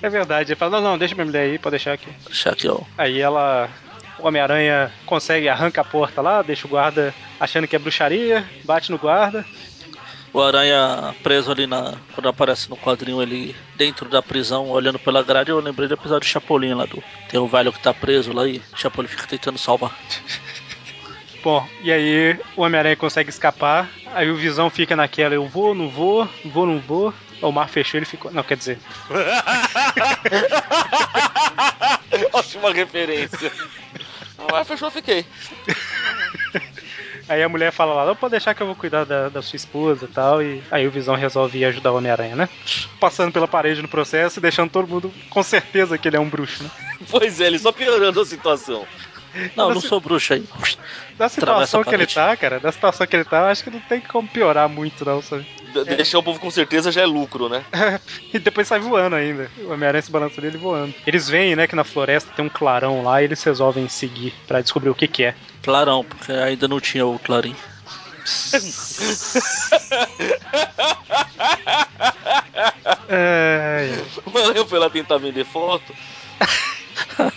S1: É verdade, ele fala, não, não, deixa minha mulher aí, pode deixar aqui.
S2: Deixar que é eu...
S1: Aí ela. O Homem-Aranha consegue, arranca a porta lá, deixa o guarda achando que é bruxaria, bate no guarda.
S2: O Aranha preso ali na. Quando aparece no quadrinho ele dentro da prisão, olhando pela grade, eu lembrei do episódio do Chapolin lá do. Tem um velho que tá preso lá e o Chapolin fica tentando salvar.
S1: Bom, e aí o Homem-Aranha consegue escapar. Aí o Visão fica naquela, eu vou, não vou, vou, não vou. O mar fechou, ele ficou. Não, quer dizer,
S3: (laughs) Ótima (laughs) referência. Mas Ah, fechou, fiquei.
S1: Aí a mulher fala lá, não pode deixar que eu vou cuidar da, da sua esposa e tal. E aí o Visão resolve ir ajudar o Homem-Aranha, né? Passando pela parede no processo e deixando todo mundo com certeza que ele é um bruxo, né?
S3: Pois é, ele só piorando a situação.
S2: Não, eu não sou bruxa aí.
S1: Da
S2: Atravessa
S1: situação
S2: a
S1: que ele
S2: parede.
S1: tá, cara, da situação que ele tá, eu acho que não tem como piorar muito, não, sabe?
S3: D- Deixar o povo com certeza já é lucro, (laughs) né?
S1: E depois sai voando ainda. O Homem-Aranha se balança dele voando. Eles veem, né, que na floresta tem um clarão lá e eles resolvem seguir pra descobrir o que que é.
S2: Clarão, porque ainda não tinha o Clarim.
S1: É...
S3: (laughs) Mano, eu fui lá tentar vender foto.
S1: (laughs)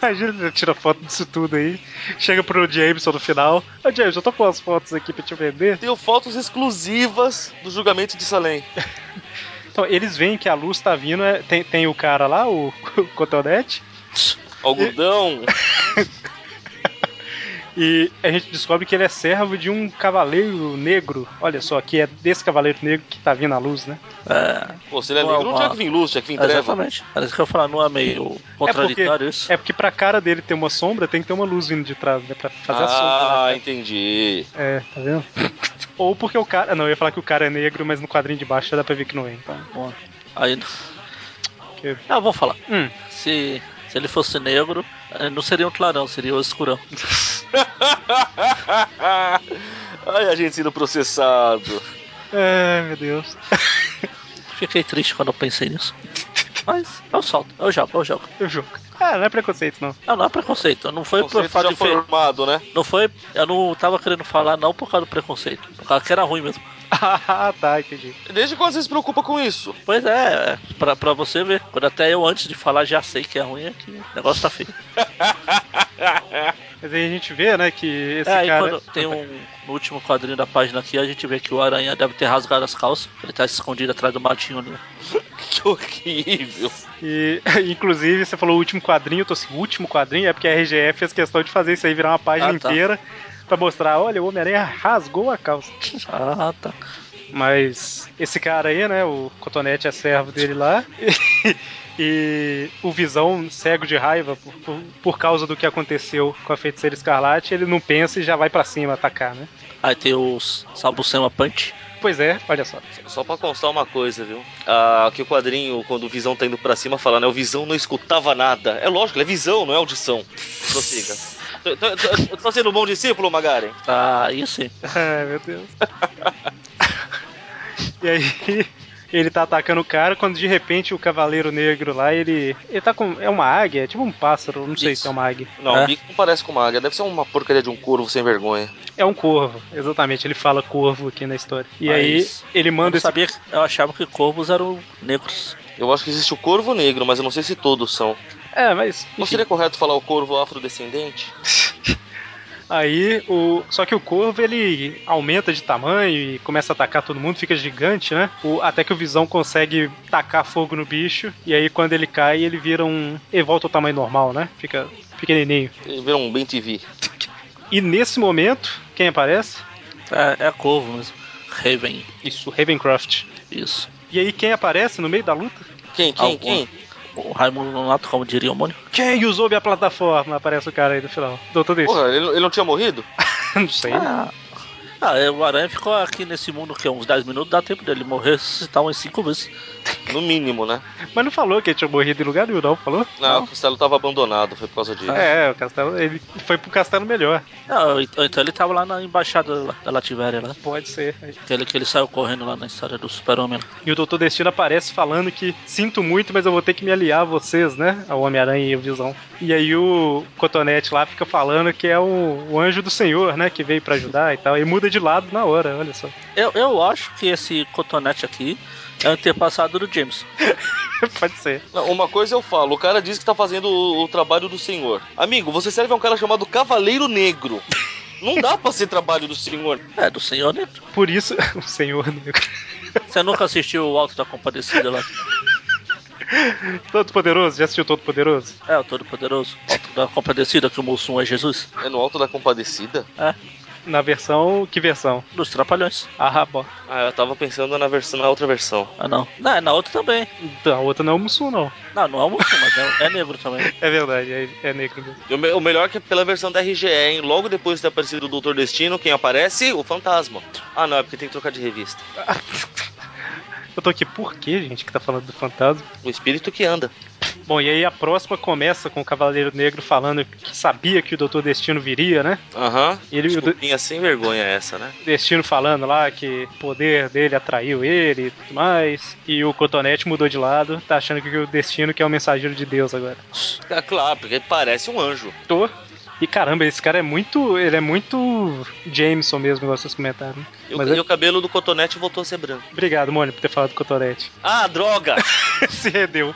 S1: Imagina ele tira foto disso tudo aí, chega pro Jameson no final. Ô Jameson, eu tô com as fotos aqui pra te vender.
S3: Tenho fotos exclusivas do julgamento de Salem.
S1: Então, eles veem que a luz tá vindo, é- tem, tem o cara lá, o, (laughs) o Cotonete,
S2: (laughs)
S3: Algodão.
S1: e a gente descobre que ele é servo de um cavaleiro negro. Olha só, que é desse cavaleiro negro que tá vindo a luz, né?
S2: É,
S3: Pô, se ele é
S2: Uau,
S3: negro, não tinha
S2: uau.
S3: que vir luz, tinha que vir treva.
S2: exatamente. Parece que eu ia falar, não é meio contraditório isso?
S1: É porque pra cara dele ter uma sombra, tem que ter uma luz vindo de trás, né? Pra fazer a sombra.
S2: né?
S3: Ah, entendi. (laughs)
S1: É, tá vendo? Ou porque o cara. Não, eu ia falar que o cara é negro, mas no quadrinho de baixo já dá pra ver que não é, então.
S2: Bom, Aí.
S1: Que-
S2: Não, vou falar.
S1: Hum.
S2: Se, se ele fosse negro, eh, não seria um clarão, seria o escurão.
S3: Ai, a gente sendo processado.
S1: Ai, É, meu Deus.
S2: Fiquei triste quando eu pensei nisso. Mas eu solto, eu jogo, eu jogo.
S1: Eu jogo. Ah, não é preconceito, não.
S2: Não, não é preconceito. Não foi por
S3: Conceito
S2: fato
S3: já
S2: de fe...
S3: formado, né?
S2: Não foi. Eu não tava querendo falar não por causa do preconceito. Por causa que era ruim mesmo.
S1: (laughs) ah, tá, entendi.
S3: Desde quando você se preocupa com isso? (laughs)
S2: Pois é, é, pra, pra você ver. Quando até eu antes de falar já sei que é ruim, é que o negócio tá feio.
S1: Mas aí a gente vê, né, que esse
S2: é, aí
S1: cara.
S2: quando tem um. No último quadrinho da página aqui, a gente vê que o Aranha deve ter rasgado as calças. Ele tá escondido atrás do matinho ali. (laughs)
S3: Que horrível.
S1: E, (laughs) inclusive, você falou o último quadrinho, eu tô assim, o último quadrinho, é porque a RGF fez questão de fazer isso aí virar uma página
S2: Ah, tá.
S1: inteira pra mostrar, olha, o Homem-Aranha rasgou a calça.
S2: Ah, tá.
S1: Mas esse cara aí, né, o Cotonete é servo dele lá.
S2: (laughs)
S1: E o Visão, cego de raiva por, por, por causa do que aconteceu com a feiticeira escarlate, ele não pensa e já vai pra cima atacar, né?
S2: Aí tem os Sabucema Punch.
S1: Pois é, olha
S2: (laughs)
S1: só.
S3: Só pra constar uma coisa, viu? Ah, que o quadrinho, quando o Visão tá indo pra cima, fala, né? O Visão não escutava nada. É lógico, ele é visão, não é audição. Prossiga. Tô- tô- tô- tô- Tô sendo um bom discípulo, Magaren?
S2: Ah, aí sim.
S1: Ai, meu Deus. e aí, ele tá atacando o cara quando de repente o cavaleiro negro lá, ele. Ele tá com. É uma águia? É tipo um pássaro, não sei
S2: Isso.
S1: se é uma águia.
S3: Não,
S2: É.
S3: o bico não parece com uma águia. Deve ser uma porcaria de um corvo sem vergonha.
S1: É um corvo, exatamente. Ele fala corvo aqui na história. E
S2: Mas
S1: aí, ele
S2: Eu não
S1: manda esse.
S2: sabia, que- eu achava que corvos eram negros.
S3: Eu acho que existe o corvo negro, mas eu não sei se todos são.
S1: É, mas.
S3: Não
S1: enfim.
S3: seria correto falar o corvo afrodescendente?
S1: Aí o. Só que o corvo ele aumenta de tamanho e começa a atacar todo mundo, fica gigante, né? O- Até que o visão consegue tacar fogo no bicho. E aí quando ele cai, ele vira um. Ele volta ao tamanho normal, né? Fica pequenininho.
S3: Ele Virou um bem TV.
S1: E nesse momento, quem aparece?
S2: É, é corvo mesmo. Raven.
S1: Isso, Ravencroft.
S2: Isso.
S1: E aí quem aparece no meio da luta?
S3: Quem, quem,
S2: Algum.
S3: quem?
S2: O Raimundo Nonato, como diria o Mônio.
S1: Quem usou minha plataforma? Aparece o cara aí no final. Doutor Dente.
S3: Porra, ele, ele não tinha morrido?
S1: (laughs) Não sei.
S2: Ah, ah, é, o Aranha ficou aqui nesse mundo que é uns 10 minutos, dá tempo dele morrer, ressuscitar umas 5 vezes.
S3: No mínimo, né?
S1: Mas não falou que ele tinha morrido em lugar nenhum, não? Falou?
S3: Não, o castelo tava abandonado, foi por causa disso.
S1: É, o castelo. Ele foi pro castelo melhor.
S2: Ah, ou então ele tava lá na embaixada lá, da Lativéria lá.
S1: Pode ser.
S2: Aquele que ele saiu correndo lá na história do Super-Homem. lá.
S1: E o Doutor Destino aparece falando que sinto muito, mas eu vou ter que me aliar a vocês, né? Ao Homem-Aranha e ao Visão. E aí o Cotonete lá fica falando que é o, o anjo do Senhor, né? Que veio pra ajudar e tal. E muda de lado na hora, olha só. (laughs)
S2: Eu, eu acho que esse cotonete aqui é o antepassado do James.
S1: Pode ser.
S3: Não, uma coisa eu falo, o cara diz que tá fazendo o, o trabalho do senhor. Amigo, você serve a um cara chamado Cavaleiro Negro. Não dá pra ser trabalho do senhor.
S2: É, do Senhor Neto.
S1: Por isso, (laughs) o Senhor né? Negro.
S2: Você nunca assistiu o Alto da Compadecida lá?
S1: Todo Poderoso, já assistiu Todo Poderoso?
S2: É, o Todo-Poderoso. Alto da Compadecida, que o Mussum é Jesus.
S3: É no alto da compadecida?
S2: É,
S1: Na versão. Que versão?
S2: dos Trapalhões.
S1: Ah, bom.
S3: Ah, eu tava pensando na, versão, na outra versão.
S2: Ah, não. Não, é na outra também.
S1: Então, a outra não é o Mussum, não.
S2: Não, não é o Mussum, mas é, é negro também.
S1: É verdade, é, é negro mesmo.
S3: E o, me- o melhor que é pela versão da RGE, hein? Logo depois de ter aparecido o Doutor Destino, quem aparece? O Fantasma. Ah, não, é porque tem que trocar de revista.
S1: Eu tô aqui, por que, gente, que tá falando do fantasma?
S3: O espírito que anda.
S1: Bom, e aí a próxima começa com o Cavaleiro Negro falando que sabia que o Doutor Destino viria, né?
S3: Aham.
S1: Ele e o D-
S3: Desculpinha sem vergonha essa, né?
S1: Destino falando lá que o poder dele atraiu ele e tudo mais. E o Cotonete mudou de lado, tá achando que o Destino que é o mensageiro de Deus agora.
S3: Ah, claro, porque parece um anjo.
S1: Tô. E caramba, esse cara é muito. Ele é muito Jameson mesmo, igual vocês comentaram.
S3: E o,
S1: Mas
S3: e
S1: é-
S3: o cabelo do cotonete voltou a ser branco.
S1: Obrigado, Mônio, por ter falado do Cotonete.
S3: Ah, droga!
S1: (laughs) se rendeu.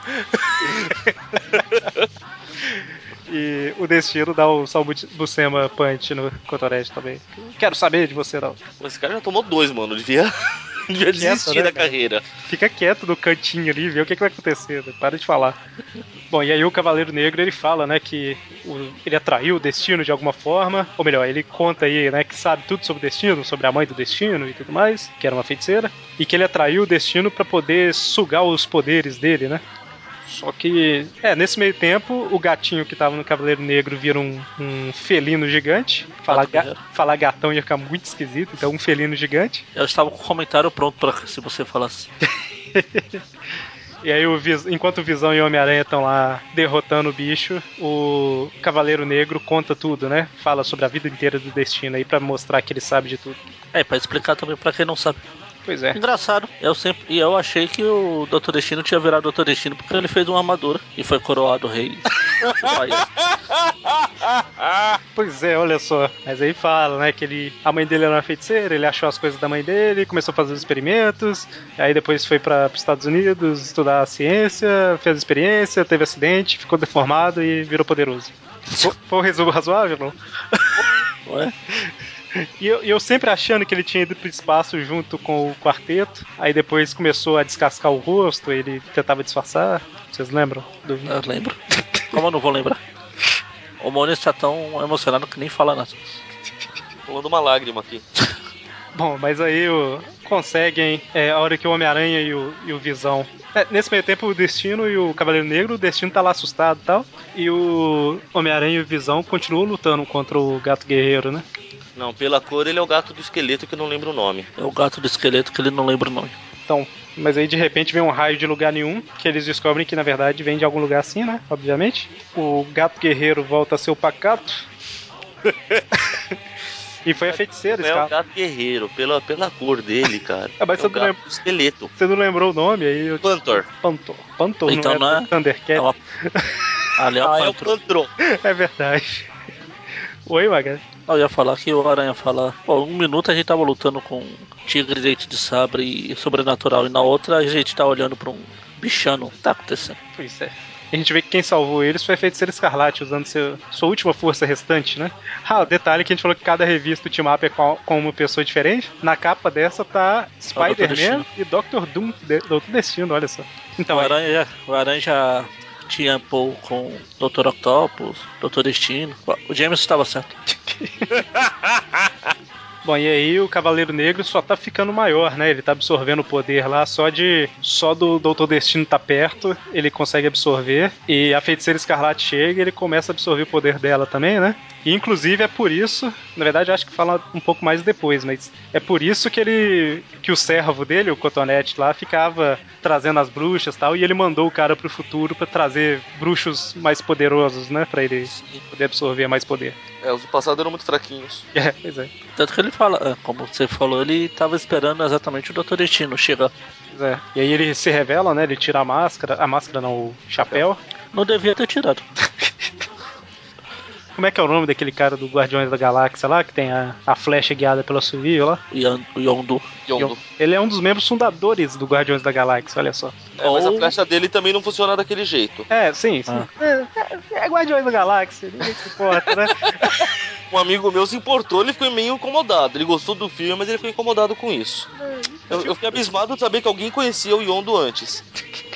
S1: E o destino dá o Salmo Bucema Punch no Cotonete também. Quero saber de você, não.
S3: Esse cara já tomou dois, mano. Devia, (laughs) devia desistir
S1: né,
S3: da
S1: cara?
S3: carreira.
S1: Fica quieto no cantinho ali, vê o que, que vai acontecer, né? para de falar. Bom, e aí o Cavaleiro Negro ele fala, né, que o- ele atraiu o destino de alguma forma, ou melhor, ele conta aí, né, que sabe tudo sobre o destino, sobre a mãe do destino e tudo mais, que era uma feiticeira, e que ele atraiu o destino pra poder sugar os poderes dele, né? Só que, é, nesse meio tempo, o gatinho que tava no Cavaleiro Negro vira um, um felino gigante. Falar,
S2: Gato
S1: ga-
S2: guerreiro.
S1: falar gatão ia ficar muito esquisito, então um felino gigante.
S2: Eu estava com o comentário pronto pra se você falasse.
S1: E aí, o Vis- enquanto o Visão e o Homem-Aranha estão lá derrotando o bicho, o Cavaleiro Negro conta tudo, né? Fala sobre a vida inteira do Destino aí pra mostrar que ele sabe de tudo.
S2: É, pra explicar também pra quem não sabe.
S1: Pois é.
S2: Engraçado, eu sempre. E eu achei que o Dr. Destino tinha virado Dr. Destino porque ele fez uma armadura e foi coroado rei
S3: (laughs)
S2: do país.
S1: (laughs) Pois é, olha só. Mas aí fala, né, que ele, a mãe dele era uma feiticeira, ele achou as coisas da mãe dele, começou a fazer os experimentos, aí depois foi para os Estados Unidos estudar a ciência, fez experiência, teve acidente, ficou deformado e virou poderoso. Foi- Foi um resumo razoável, não?
S2: Ué?
S1: E eu, e eu sempre achando que ele tinha ido pro espaço junto com o quarteto. Aí depois começou a descascar o rosto, ele tentava disfarçar. Vocês lembram? Do...
S2: Eu lembro. Como eu não vou lembrar? O Mônio está tão emocionado que nem fala nada.
S3: Rolando uma lágrima aqui.
S1: Bom, mas aí o- conseguem é, a hora que o Homem-Aranha e o, e o Visão. É, nesse meio tempo, o Destino e o Cavaleiro Negro, o Destino tá lá assustado e tal. E o Homem-Aranha e o Visão continuam lutando contra o Gato Guerreiro, né?
S3: Não, pela cor ele é o gato do esqueleto que eu não lembro o nome.
S2: É o gato do esqueleto que ele não lembra o nome.
S1: Então, mas aí de repente vem um raio de lugar nenhum, que eles descobrem que na verdade vem de algum lugar assim, né? Obviamente. O gato guerreiro volta a ser o
S3: (laughs)
S1: pacato. e foi a feiticeira
S3: Não
S1: esse
S3: é o
S1: cara.
S3: gato guerreiro, pela, pela cor
S1: (laughs)
S3: dele, cara.
S1: Ah, mas
S3: é o
S1: você não
S3: gato do esqueleto.
S1: Você não lembrou o nome aí? Eu te...
S3: Pantor.
S1: Pantou. Pantou,
S2: Então
S1: não, é
S2: não é-
S1: Thundercat.
S2: É uma... Ali é o
S3: Ah, é o
S2: Pantro.
S3: Pantro.
S1: É verdade. Oi, Maga.
S2: Eu ia falar que o Aranha fala, pô, um minuto a gente tava lutando com um tigre, dente de sabre e sobrenatural, e na outra a gente tá olhando pra um bichano. O que Tá acontecendo.
S1: Pois é. A gente vê que quem salvou eles foi a feiticeira escarlate, usando seu- sua última força restante, né? Ah, o detalhe é que a gente falou que cada revista do Team Up é com, com uma pessoa diferente. Na capa dessa tá Spider-Man
S2: Destino.
S1: e Doctor Doom, de, Doutor Destino, olha só. Então,
S2: o,
S1: aí,
S2: aranha já, o Aranha já tinha pô com o Dr. Octopus, Dr. Destino. O James estava certo.
S1: Bom, e aí o Cavaleiro Negro só tá ficando maior, né? Ele tá absorvendo o poder lá só de. Só do Doutor Destino tá perto, ele consegue absorver. E a feiticeira escarlate chega e ele começa a absorver o poder dela também, né? E inclusive é por isso, na verdade acho que fala um pouco mais depois, mas é por isso que ele. que o servo dele, o Cotonete lá, ficava trazendo as bruxas e tal, e ele mandou o cara pro futuro pra trazer bruxos mais poderosos, né? Pra ele poder absorver mais poder. (laughs)
S3: É, os do passado eram muito fraquinhos.
S1: É, pois é.
S2: Tanto que ele fala, é, como você falou, ele tava esperando exatamente o Dr. Destino chegar.
S1: Pois é. E aí ele se revela, né? Ele tira a máscara, a máscara não, o chapéu.
S2: Não devia ter tirado.
S1: Como é que é o nome daquele cara do Guardiões da Galáxia lá, que tem a, a flecha guiada pelo assovio lá?
S2: Yon- Yondu.
S3: Yondo.
S1: Ele é um dos membros fundadores do Guardiões da Galáxia, olha só.
S3: É, mas a
S2: Ou-
S3: flecha dele também não funciona daquele jeito.
S1: É, sim, sim.
S2: Ah.
S1: É, é- é Guardiões da Galáxia, ninguém se importa,
S2: (laughs)
S1: né?
S3: Um amigo meu se importou, ele ficou meio incomodado. Ele gostou do filme, mas ele ficou incomodado com isso. Eu, eu fiquei abismado de saber que alguém conhecia o Yondo antes.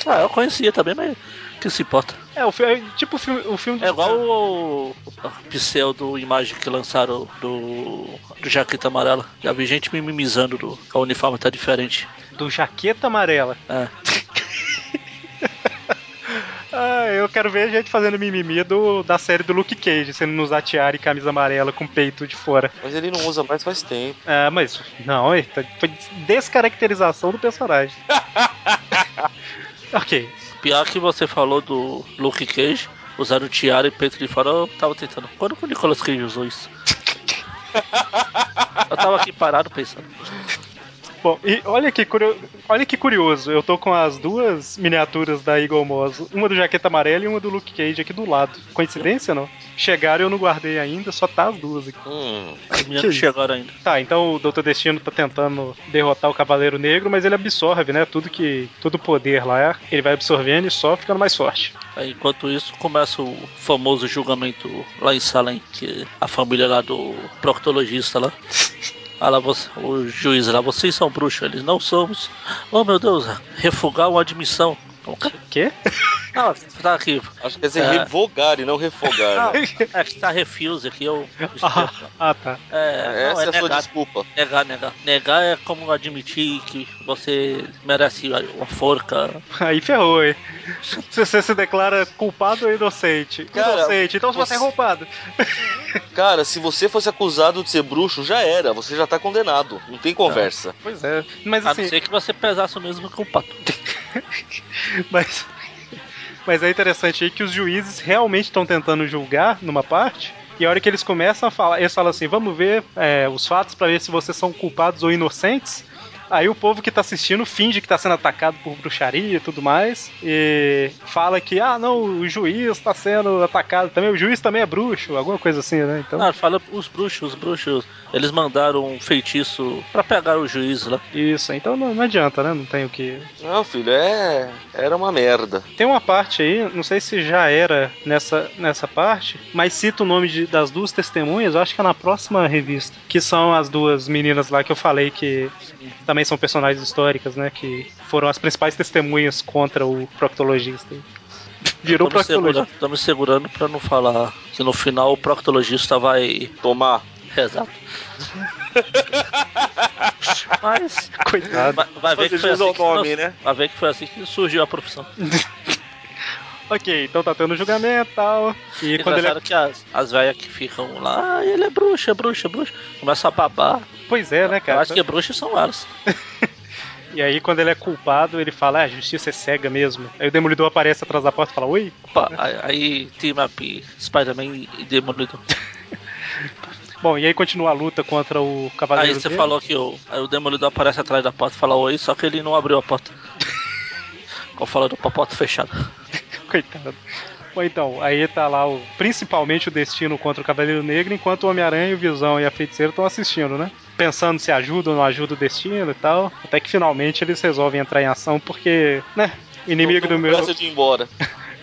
S2: Ah, eu conhecia também, mas que se importa.
S1: É, o filme, é tipo o filme, o filme do-
S2: É igual o, o pseudo imagem que lançaram do, do Jaqueta Amarela. Já vi gente me mimizando do que o uniforme tá diferente.
S1: do Jaqueta Amarela.
S2: É.
S1: (laughs) Ah, eu quero ver gente fazendo mimimi do, da série do Luke Cage, sendo nos atiar e camisa amarela com peito de fora.
S3: Mas ele não usa mais faz tempo.
S1: Ah, mas não, eita, foi descaracterização do (laughs) personagem. ok,
S2: Pior que você falou do Luke Cage, usaram tiara e peito de fora, eu tava tentando. Quando que o Nicolas Cage
S1: (laughs)
S2: usou isso? Eu tava aqui parado pensando.
S1: Bom, e olha que, curio- olha que curioso, eu tô com as duas miniaturas da Eagle Moss, uma do Jaqueta Amarela e uma do Luke Cage aqui do lado. Coincidência não? Chegaram e eu não guardei ainda, só tá as duas aqui.
S3: Hum.
S2: As meninas
S1: Que
S2: não
S1: isso?
S2: chegaram ainda.
S1: Tá, então o Dr. Destino tá tentando derrotar o Cavaleiro Negro, mas ele absorve, né? Tudo que. todo o poder lá, ele vai absorvendo e só ficando mais forte.
S2: Aí, enquanto isso, começa o famoso julgamento lá em Salem, que a família lá do proctologista lá. (laughs) Ah, lá você- o juiz lá, vocês são bruxos, eles não somos. Oh meu Deus, refugar uma admissão.
S1: Quê?
S2: Ah, tá aqui.
S3: Acho que quer dizer
S2: É.
S3: revogar e não refogar. né?
S2: É que tá refuse aqui, eu.
S1: Ah, (laughs) ah, tá.
S2: É, não,
S3: Essa é,
S2: é
S3: a sua
S2: negado.
S3: desculpa.
S2: Negar, negar. Negar é como admitir que você merece uma forca.
S1: (laughs) Aí ferrou, hein? Se você se declara culpado ou inocente?
S3: Cara,
S1: inocente, então você é
S3: você-
S1: roubado.
S3: Cara, se você fosse acusado de ser bruxo, já era. Você já tá condenado. Não tem conversa.
S1: Pois é. Mas
S2: A
S1: assim.
S2: não ser que você pesasse o mesmo que o pato.
S1: (laughs) Mas, mas é interessante aí que os juízes realmente estão tentando julgar numa parte. E a hora que eles começam a falar, eles falam assim: vamos ver é, os fatos para ver se vocês são culpados ou inocentes. Aí o povo que tá assistindo finge que tá sendo atacado por bruxaria e tudo mais. E fala que, ah, não, o juiz tá sendo atacado também. O juiz também é bruxo, alguma coisa assim, né? Então,
S2: Ah, fala os bruxos, os bruxos. Eles mandaram um feitiço pra pegar o juiz lá.
S1: isso, então não, não adianta, né? Não tem o que.
S3: Não, filho, é. Era uma merda.
S1: Tem uma parte aí, não sei se já era nessa, nessa parte, mas cita o nome de- das duas testemunhas, eu acho que é na próxima revista. Que são as duas meninas lá que eu falei que também são personagens históricas, né? Que foram as principais testemunhas contra o proctologista. Virou
S2: Eu tô me
S1: proctologista.
S2: segurando- Tô me segurando pra não falar que no final o proctologista vai
S3: Tomar.
S1: (laughs)
S2: rezar. Mas
S1: (laughs)
S2: (laughs)
S1: Coitado.
S2: vai, vai ver que foi
S3: Fazer jus
S2: assim
S3: ao
S2: que nós-
S3: nome, né?
S2: vai ver que foi assim que surgiu a profissão.
S1: ok, então tá tendo julgamento e tal. E quando ele. é-
S2: Engraçado que as, as velhas que ficam lá, "Ah, ele é bruxa, bruxa, bruxa. Começa a babar.
S1: Pois é, né,
S2: Eu
S1: cara?
S2: acho que bruxas são elas.
S1: E aí, quando ele é culpado, ele fala: ah, a justiça é cega mesmo. Aí o demolidor aparece atrás da porta e fala: oi?
S2: Opa, aí aí Team Up, Spider-Man e Demolidor.
S1: Bom, e aí continua a luta contra o Cavaleiro
S2: Aí você
S1: Negro.
S2: falou que o, aí o Demolidor aparece atrás da porta e fala oi, só que ele não abriu a porta. Como fala do porta fechada.
S1: (laughs) Coitado. Bom, então, aí tá lá o, principalmente o Destino contra o Cavaleiro Negro, enquanto o Homem-Aranha, o Visão e a Feiticeira estão assistindo, né? Pensando se ajuda ou não ajuda o Destino e tal. Até que finalmente eles resolvem entrar em ação, porque, né? Inimigo do,
S3: Não tô com
S1: meu,
S3: pressa de ir embora.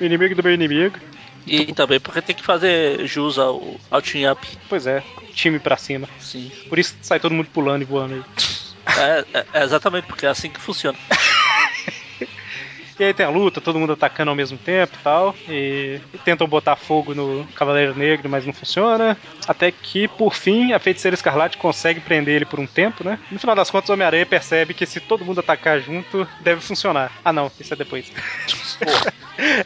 S1: inimigo do meu inimigo.
S2: E também porque tem que fazer jus ao, ao Team Up.
S1: Pois é, time pra cima.
S2: Sim.
S1: Por isso sai todo mundo pulando e voando aí.
S2: É, é- é exatamente porque é assim que funciona.
S1: E E aí tem a luta, todo mundo atacando ao mesmo tempo e tal. E, e tentam botar fogo no Cavaleiro Negro, mas não funciona. Até que, por fim, a Feiticeira Escarlate consegue prender ele por um tempo, né? No final das contas, o Homem-Aranha percebe que se todo mundo atacar junto, deve funcionar. Ah, não, isso é depois. (laughs)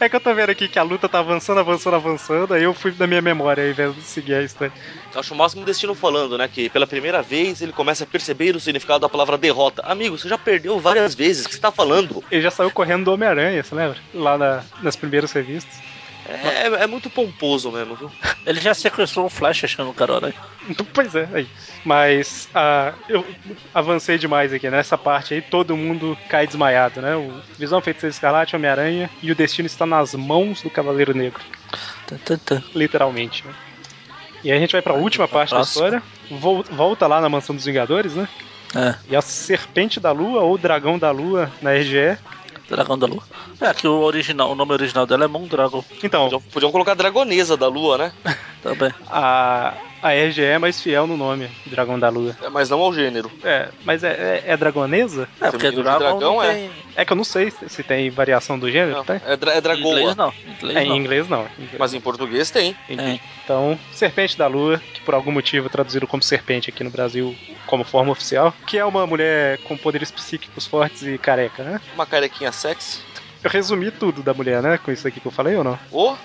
S1: é que eu tô vendo aqui que a luta tá avançando, avançando, avançando. Aí eu fui da minha memória ao invés de seguir a história.
S3: Eu (laughs) acho o máximo destino falando, né? Que pela primeira vez ele começa a perceber o significado da palavra derrota. Amigo, você já perdeu várias vezes. O que você tá falando?
S1: Ele já saiu correndo do Homem-Aranha, você lembra? Lá na- nas primeiras revistas.
S3: É, é muito pomposo mesmo, viu?
S2: Ele já sequestrou um Flash achando o cara, né?
S1: (laughs) Pois é, aí. Mas ah, eu avancei demais aqui nessa parte aí, todo mundo cai desmaiado, né? O Visão Feiticeiro Escarlate, Homem-Aranha e o destino está nas mãos do Cavaleiro Negro,
S2: Tan, tan, tan.
S1: literalmente. né? E aí a gente vai pra última parte da
S2: Próximo.
S1: história. Vol- Volta lá na Mansão dos Vingadores, né?
S2: É,
S1: E a Serpente da Lua ou Dragão da Lua na RGE.
S2: Dragão da Lua. É, que o original, o nome original dela é Mondragon
S1: Então,
S3: Podiam, podiam colocar a dragonesa da lua, né?
S2: também.
S1: a, a RGE é mais fiel no nome, Dragão da Lua.
S3: É, mas não ao gênero.
S1: É, mas é, é, é dragonesa?
S2: É, porque
S3: Feminino de
S2: Dragon
S3: dragão
S2: não
S3: é.
S2: tem...
S1: É que eu não sei se se tem variação do gênero,
S3: Não,
S1: tá?
S3: é, dra é
S2: Em inglês
S3: dragoa.
S2: não, em inglês
S1: É, em
S2: não.
S1: inglês não. Em inglês.
S3: Mas em português tem.
S2: É.
S1: Então, Serpente da Lua, que por algum motivo traduziram como serpente aqui no Brasil como forma oficial, que é uma mulher com poderes psíquicos fortes e careca, né?
S3: Uma carequinha sexy.
S1: Eu resumi tudo da mulher, né? Com isso aqui que eu falei ou não?
S3: Ô!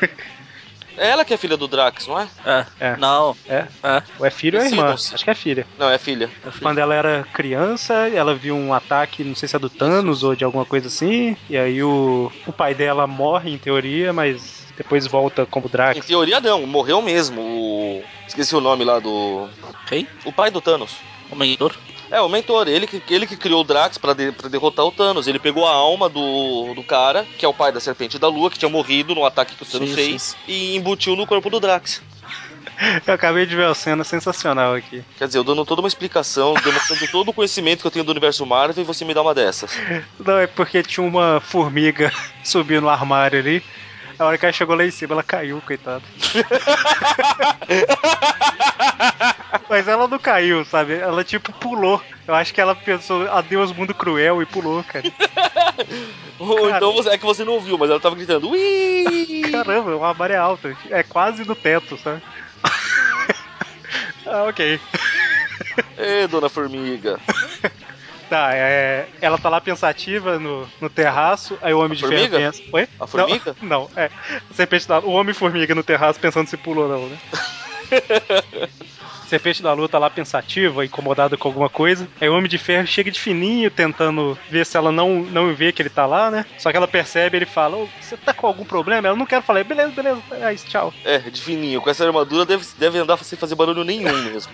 S3: é ela que é filha do Drax, não é?
S2: É.
S1: É.
S2: Não,
S1: É.
S2: é.
S1: Ou é filho ou é irmã?
S3: Decidam-se.
S1: Acho que é filha.
S3: Não, é filha.
S2: Eu fiz-
S1: Quando ela era criança, ela viu um ataque, não sei se é do Thanos ou de alguma coisa assim, e aí o, o pai dela morre em teoria, mas depois volta como
S3: Em
S1: Drax.
S3: teoria não, morreu mesmo. O... Esqueci o nome lá do.
S2: Quem?
S3: O pai do Thanos.
S2: O Mentor?
S3: É, o mentor, ele que, ele que criou o Drax pra, de- pra derrotar o Thanos. Ele pegou a alma do, do cara, que é o pai da Serpente da Lua, que tinha morrido no ataque que o Thanos
S2: Sim,
S3: fez, e embutiu no corpo do Drax.
S1: Eu acabei de ver uma cena sensacional aqui.
S3: Quer dizer, eu dando toda uma explicação, demonstrando todo o conhecimento que eu tenho do universo Marvel, e você me dá uma dessas.
S1: Não, é porque tinha uma formiga (laughs) subindo no armário ali. A hora que ela chegou lá em cima, ela caiu, coitada. (laughs) Mas ela não caiu, sabe? Ela tipo pulou. Eu acho que ela pensou, adeus mundo cruel, e pulou, cara.
S3: Ou então você- é que você não ouviu, mas ela tava gritando, Ui!
S1: Caramba, o armário é alto. É quase no teto, sabe? (laughs) ah, ok.
S3: Ê, É, dona Formiga.
S1: Tá, é, ela tá lá pensativa no, no terraço, aí o homem de ferro
S3: formiga?
S1: pensa. Oi?
S3: A formiga?
S1: Não, (laughs) não, é. Serpente da O homem formiga no terraço pensando se pulou ou
S3: (laughs)
S1: não, né? Serpente da Lua tá lá pensativa, incomodada com alguma coisa. Aí o Homem de Ferro chega de fininho, tentando ver se ela não, não vê que ele tá lá, né? Só que ela percebe, ele fala: "Ô, Você tá com algum problema? Ela não quer falar, beleza, beleza, é isso, tchau.
S3: É, de fininho. Com essa armadura deve, deve andar sem fazer barulho nenhum mesmo.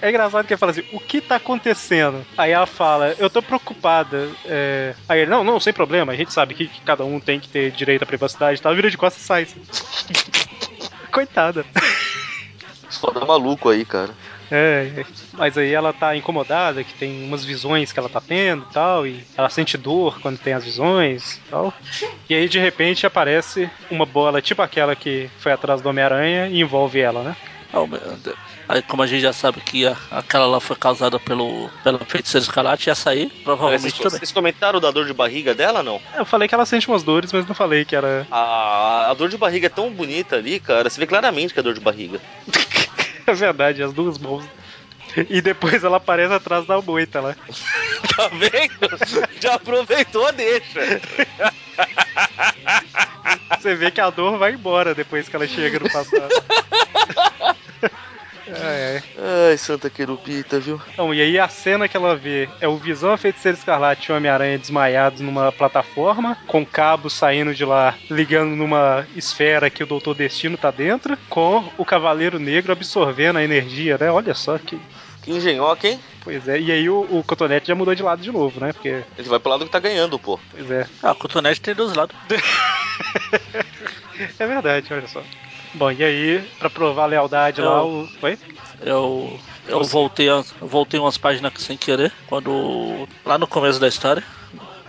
S1: É engraçado que ele fala assim: o que tá acontecendo? Aí ela fala: eu tô preocupada. é. Aí ele: não, não, sem problema, a gente sabe que, que cada um tem que ter direito à privacidade e tal. Vira de costas e sai. (laughs) assim. Coitada.
S3: Só dá maluco aí, cara.
S1: É, é. mas aí ela tá incomodada, que tem umas visões que ela tá tendo e tal, e ela sente dor quando tem as visões e tal. E aí de repente aparece uma bola tipo aquela que foi atrás do Homem-Aranha e envolve ela, né?
S2: Ah, o Men- Aí, como a gente já sabe que a- aquela lá foi causada pelo, pelo feiticeiro escarlate, essa aí
S3: Vocês,
S2: provavelmente também.
S3: vocês comentaram da dor de barriga dela, não?
S1: Eu falei que ela sente umas dores, mas não falei que era.
S3: A, a dor de barriga é tão bonita ali, cara. Você vê claramente que é dor de (laughs) barriga.
S1: É verdade, as duas mãos. E depois ela aparece atrás da moita lá.
S3: Tá vendo? Já aproveitou a deixa.
S1: Você vê que a dor vai embora depois que ela chega no passado. É, é.
S3: Ai, Santa Querupita, viu?
S1: Então, e aí a cena que ela vê é o Visão, a Feiticeira Escarlate e o Homem-Aranha desmaiados numa plataforma, com cabo saindo de lá, ligando numa esfera que o Doutor Destino tá dentro, com o Cavaleiro Negro absorvendo a energia, né? Olha só que.
S3: Que engenhoca, hein?
S1: Pois é, e aí o, o Cotonete já mudou de lado de novo, né? Porque,
S3: Ele vai pro lado que tá ganhando, pô.
S1: pois é.
S2: Ah, a cotonete tem dois lados.
S1: É verdade, olha só. Bom, e aí, pra provar a lealdade
S2: Eu-
S1: lá, o. Oi?
S2: Eu, eu voltei a- eu voltei umas páginas sem querer, quando. lá no começo da história.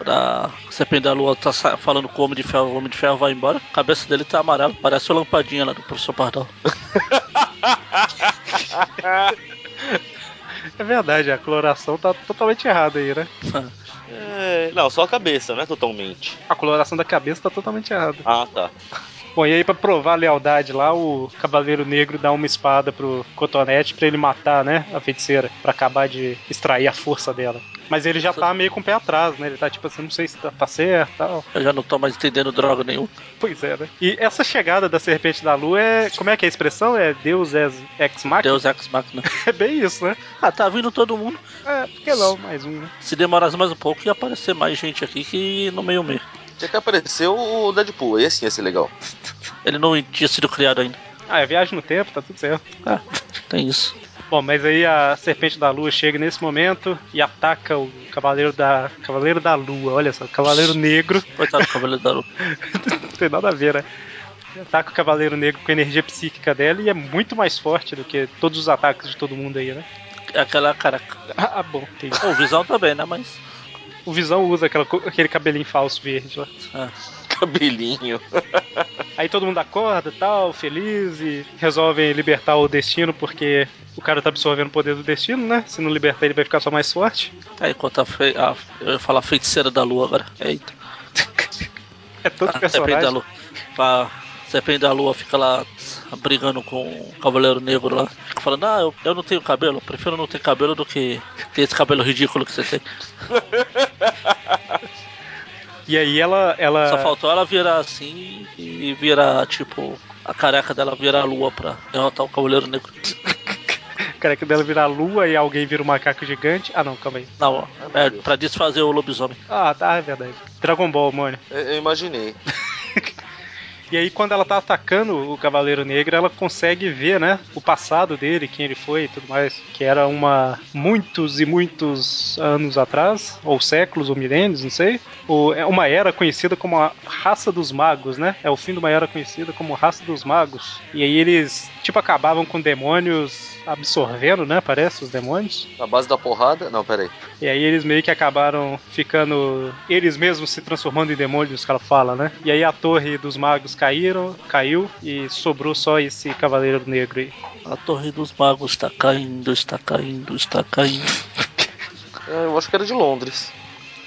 S2: Da Serpente da Lua tá sa- falando com o Homem de Ferro, o Homem de Ferro vai embora, a cabeça dele tá amarela, parece uma lampadinha lá do professor Pardal.
S1: É verdade, a coloração tá totalmente errada aí, né?
S3: É, não, só a cabeça, não é totalmente.
S1: A coloração da cabeça tá totalmente errada.
S3: Ah, tá.
S1: Bom, e aí pra provar a lealdade lá, o Cavaleiro Negro dá uma espada pro Cotonete pra ele matar, né, a feiticeira, pra acabar de extrair a força dela. Mas ele já tá meio com o pé atrás, né? Ele tá tipo assim, não sei se tá, tá certo tal.
S2: (laughs) Eu já não tô mais entendendo droga nenhuma.
S1: Pois é, né? E essa chegada da Serpente da Lua é. Como é que é a expressão? É Deus ex, ex machina?
S2: Deus Ex Machina.
S1: (laughs) É bem isso, né?
S2: Ah, tá vindo todo mundo.
S1: É, por que não? Mais um, né?
S2: Se demorasse mais um pouco, ia aparecer mais gente aqui que no meio meio.
S3: Tinha que aparecer o Deadpool, esse ia ser legal.
S2: Ele não tinha sido criado ainda.
S1: Ah, é viagem no tempo, tá tudo certo.
S2: Ah, tem isso.
S1: Bom, mas aí a Serpente da Lua chega nesse momento e ataca o Cavaleiro da. Cavaleiro da Lua, olha só, Cavaleiro Negro. (laughs)
S2: Coitado do cabelo da Lua.
S1: não tem nada a ver, né? Ataca o Cavaleiro Negro com a energia psíquica dela e é muito mais forte do que todos os ataques de todo mundo aí, né?
S2: Aquela caraca.
S1: Ah, bom, tem.
S2: O visão também, né? Mas.
S1: O Visão usa aquela co- aquele cabelinho falso verde lá.
S2: ah,
S3: (laughs) Cabelinho.
S1: Aí todo mundo acorda e tal, feliz, e resolvem libertar o destino, porque o cara tá absorvendo o poder do destino, né? Se não libertar, ele vai ficar só mais forte.
S2: Tá Aí quanto a, fe... a- Eu ia falar feiticeira da lua agora. Eita.
S1: É tanto
S2: A Serpente da
S1: personagem.
S2: Lua. A Serpente da Lua fica lá brigando com o Cavaleiro Negro lá. Falando, ah, eu, eu não tenho cabelo, eu prefiro não ter cabelo do que ter esse cabelo ridículo que você tem.
S1: E aí ela. ela...
S2: Só faltou ela virar assim e virar, tipo, a careca dela virar a lua pra derrotar o Cavaleiro Negro. (laughs)
S1: O careca dela vira a lua e alguém vira um macaco gigante. Ah, não, calma aí.
S2: Não, é pra desfazer o lobisomem.
S1: Ah, tá, é verdade. Dragon Ball, mano.
S3: Eu- Eu imaginei.
S1: E aí, quando ela tá atacando o Cavaleiro Negro, ela consegue ver, né? O passado dele, quem ele foi e tudo mais. Que era uma. muitos e muitos anos atrás, ou séculos, ou milênios, não sei. Ou é uma era conhecida como a Raça dos Magos, né? É o fim de uma era conhecida como Raça dos Magos. E aí eles, tipo, acabavam com demônios absorvendo, né? Parece os demônios.
S3: Na base da porrada. Não, peraí.
S1: E aí eles meio que acabaram ficando. Eles mesmos se transformando em demônios, que ela fala, né? E aí a torre dos magos caíram, caiu e sobrou só esse Cavaleiro Negro aí.
S2: A Torre dos Magos está caindo, está caindo, está caindo.
S3: É, Eu acho que era de Londres.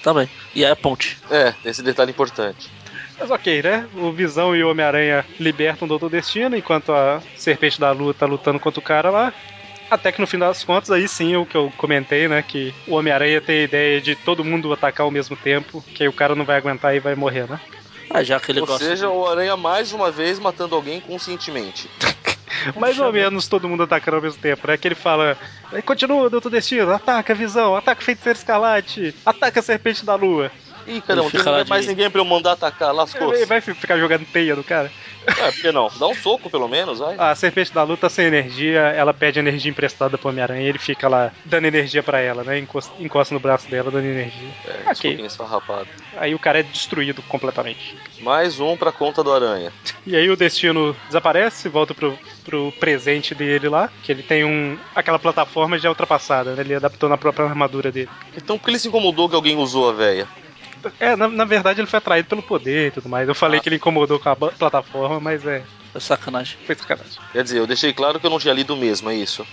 S2: Tá bem. E aí a ponte.
S3: É, tem esse detalhe importante.
S1: Mas ok, né? O Visão e o Homem-Aranha libertam o Doutor Destino, enquanto a Serpente da Lua tá lutando contra o cara lá. Até que no fim das contas, aí sim, é o que eu comentei, né? Que o Homem-Aranha tem a ideia de todo mundo atacar ao mesmo tempo, que aí o cara não vai aguentar e vai morrer, né?
S2: Ah, já que ele
S3: Ou
S2: gosta.
S3: seja, o Aranha mais uma vez matando alguém conscientemente.
S1: Mais ou menos todo mundo atacando ao mesmo tempo, né? Que ele fala: continua, Doutor Destino, ataca a visão, ataca o feiticeiro escalate, ataca a serpente da lua.
S3: Ih, caramba,
S2: Ele
S3: tem
S2: fica lá
S3: ninguém-
S2: de-
S3: mais ninguém pra eu mandar atacar, lascou.
S1: Ele vai fi- ficar jogando teia no cara.
S3: É, por que não? Dá um soco pelo menos, vai.
S1: A serpente da lua tá sem energia, ela pede energia emprestada pro Homem-Aranha e ele fica lá dando energia pra ela, né? Encosta, encosta no braço dela, dando energia.
S3: É,
S1: ok.
S3: desculpinha esfarrapada.
S1: Aí o cara é destruído completamente.
S3: Mais um pra conta do Aranha.
S1: E aí o destino desaparece, volta pro, pro presente dele lá, que ele tem um. aquela plataforma já ultrapassada, né? Ele adaptou na própria armadura dele.
S3: Então por que ele se incomodou que alguém usou a véia?
S1: É, na, na verdade ele foi atraído pelo poder e tudo mais. Eu falei
S3: Ah.
S1: que ele incomodou com a ba- plataforma, mas é.
S2: É sacanagem.
S1: Foi sacanagem.
S3: Quer dizer, eu deixei claro que eu não tinha lido mesmo, é isso.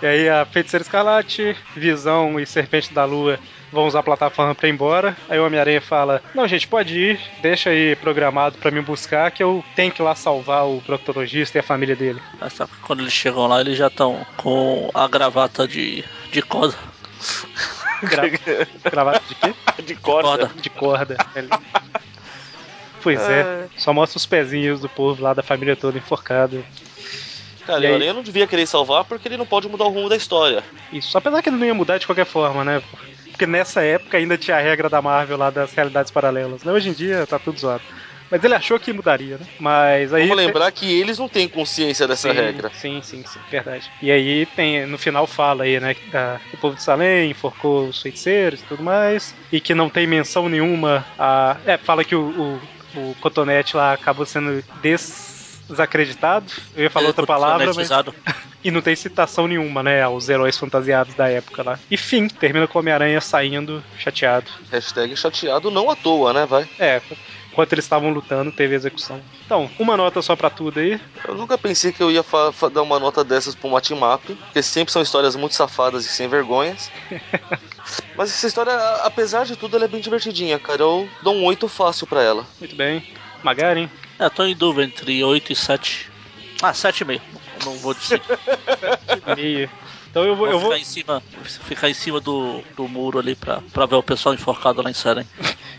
S1: E aí a feiticeira escalate, visão e serpente da lua vão usar a plataforma pra ir embora. Aí o Homem-Aranha fala: Não, gente, pode ir, deixa aí programado pra me buscar que eu tenho que ir lá salvar o proctologista e a família dele.
S2: Mas sabe que É quando eles chegam lá, eles já estão com a gravata de, de corda.
S1: Gra gravado de quê?
S3: De
S2: corda.
S1: De corda. Ele- Pois é, só mostra os pezinhos do povo lá da família toda enforcada.
S3: Cara,
S1: E aí?
S3: o Aranha não devia querer salvar porque ele não pode mudar o rumo da história.
S1: Isso, apesar que ele não ia mudar de qualquer forma, né? Porque nessa época ainda tinha a regra da Marvel lá das realidades paralelas, né? Hoje em dia tá tudo zoado. Mas ele achou que mudaria, né? Mas aí.
S3: Vamos lembrar que eles não têm consciência dessa
S1: sim,
S3: regra.
S1: Sim, sim, sim, verdade. E aí tem, no final fala aí, né? que a- que o povo de Salem enforcou os feiticeiros e tudo mais. E que não tem menção nenhuma a. É, fala que o, o, o cotonete lá acabou sendo desacreditado. Eu ia falar outra palavra, mas.
S2: Sonetizado.
S1: E não tem citação nenhuma, né? Aos heróis fantasiados da época lá. E fim, termina com o Homem-Aranha saindo chateado.
S3: Hashtag chateado não à toa, né? Vai.
S1: É, enquanto eles estavam lutando, teve a execução. Então, uma nota só pra tudo aí.
S3: Eu nunca pensei que eu ia fa- fa- dar uma nota dessas pra um Matimap, porque sempre são histórias muito safadas e sem (laughs) vergonhas. Mas essa história, a- apesar de tudo, ela é bem divertidinha, cara. Eu dou um 8 fácil pra ela.
S1: Muito bem. Magari, (laughs) hein?
S2: É, tô em dúvida entre 8 e 7. Ah, 7,5. Não vou dizer.
S1: E- Então eu vou.
S2: Vou
S1: Eu
S2: ficar
S1: vou...
S2: em cima, ficar em cima do, do muro ali pra, pra ver o pessoal enforcado lá em Seren.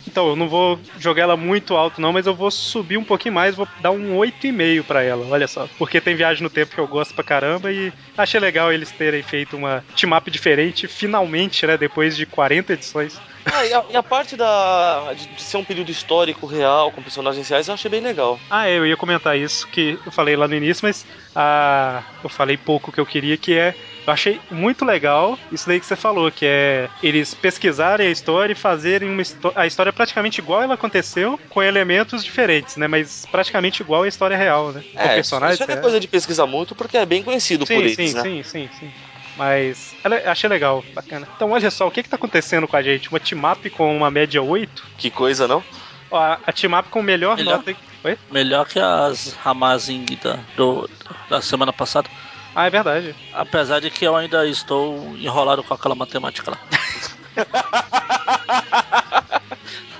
S1: Então, eu não vou jogar ela muito alto, não, mas eu vou subir um pouquinho mais, vou dar um 8,5 pra ela, olha só. Porque tem viagem no tempo que eu gosto pra caramba e achei legal eles terem feito uma team-up diferente, finalmente, né? Depois de 40 edições.
S3: Ah, e a, e a parte da, de, de ser um período histórico real, com personagens reais, eu achei bem legal.
S1: Ah, é, eu ia comentar isso que eu falei lá no início, mas ah, eu falei pouco que eu queria, que é. Eu achei muito legal isso daí que você falou, que é eles pesquisarem a história e fazerem uma histó- a história praticamente igual ela aconteceu, com elementos diferentes, né? Mas praticamente igual a história real, né? Com
S3: É, isso
S1: personagens
S3: isso não é
S1: reais.
S3: coisa de pesquisar muito, porque é bem conhecido
S1: sim,
S3: por eles,
S1: sim,
S3: né?
S1: sim, sim, sim. Mas ela- achei legal, bacana. Então olha só, o que, que tá acontecendo com a gente? Uma team up com uma média 8?
S3: Que coisa, não?
S1: Ó, a a team up com melhor,
S2: Melhor.
S1: nota.
S2: Melhor que as Ramazing da, do- da semana passada.
S1: Ah, é verdade.
S2: Apesar de que eu ainda estou enrolado com aquela matemática lá.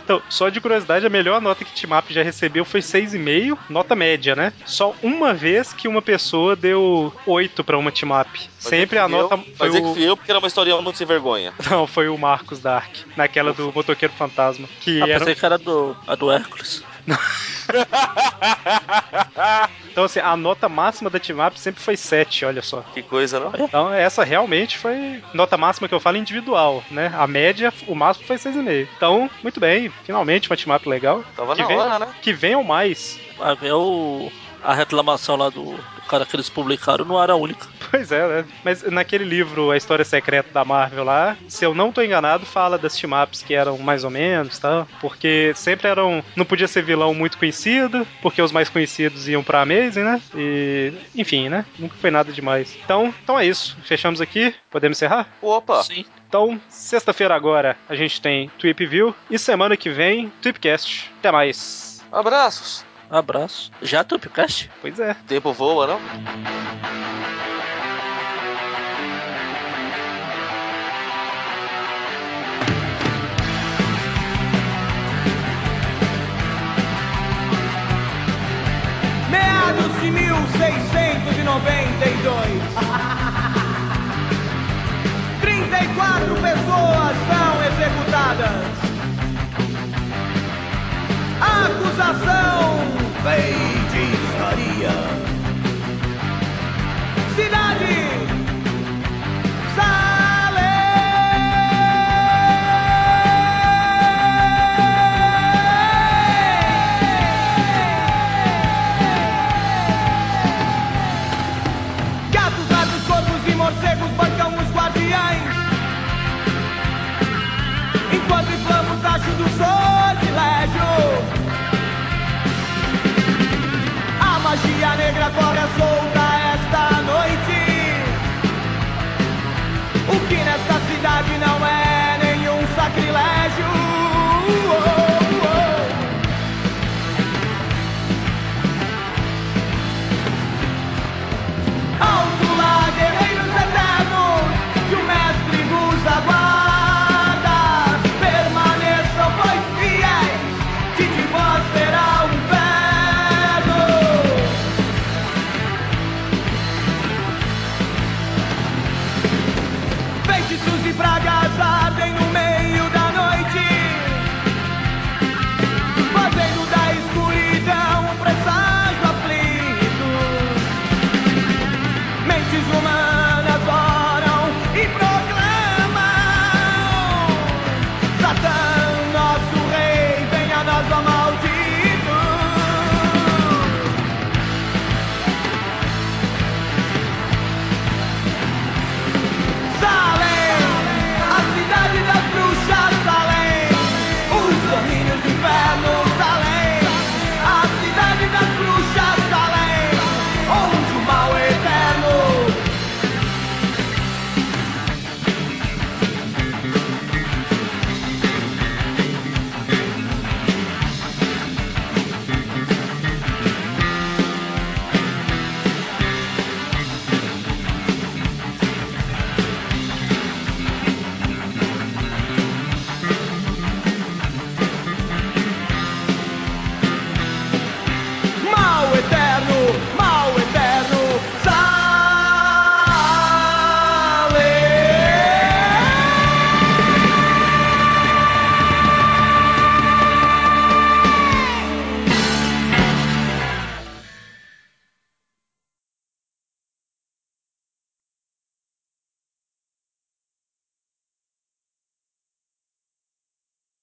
S1: Então, só de curiosidade, a melhor nota que Timap já recebeu foi 6,5, nota média, né? Só uma vez que uma pessoa deu 8 pra uma Timap. Sempre a nota foi
S3: Fazer que
S1: o... (laughs)
S3: fui eu, porque era uma história muito sem vergonha.
S1: Não, foi o Marcos Dark, naquela do motoqueiro fantasma, que
S2: Ah,
S1: era...
S2: pensei que era do, a do Hércules.
S1: Então, assim, a nota máxima da Timap sempre foi 7, olha só.
S3: Que coisa, não?
S1: Então, essa realmente foi nota máxima que eu falo individual, né? A média, o máximo foi 6,5. Então, muito bem, finalmente uma Timap legal.
S3: Tava
S1: Que
S3: na
S1: vem-
S3: hora, né?
S1: Que venham mais,
S2: Vai ver o, a reclamação lá do, do cara que eles publicaram não era a única.
S1: Pois é, né? Mas naquele livro, A História Secreta da Marvel lá, se eu não tô enganado, fala das team-ups que eram mais ou menos, tá? Porque sempre eram. Não podia ser vilão muito conhecido, porque os mais conhecidos iam pra Amazing, né? E. Enfim, né? Nunca foi nada demais. Então, então é isso. Fechamos aqui. Podemos encerrar?
S3: Opa!
S2: Sim.
S1: Então, sexta-feira agora a gente tem Tweep View e semana que vem, Tweepcast. Até mais.
S3: Abraços!
S2: Abraço. Já Tupcast?
S1: Pois é.
S3: Tempo voa, não?
S4: meados de (laughs) 1692. 34 pessoas são executadas. Acusação feitiçaria. Cidade Salem. Gatos, ratos, corvos e morcegos bancam os guardiães Enquanto inflamos acho do sortilégio A magia negra corre solta esta noite O que nesta cidade não é nenhum sacrilégio Oh, oh, oh. Alto lá, guerreiros eternos, que o mestre vos aguarda. Permaneçam, pois, fiéis, que de vós será um verbo. Feitiços e pragas ardem no meio. um é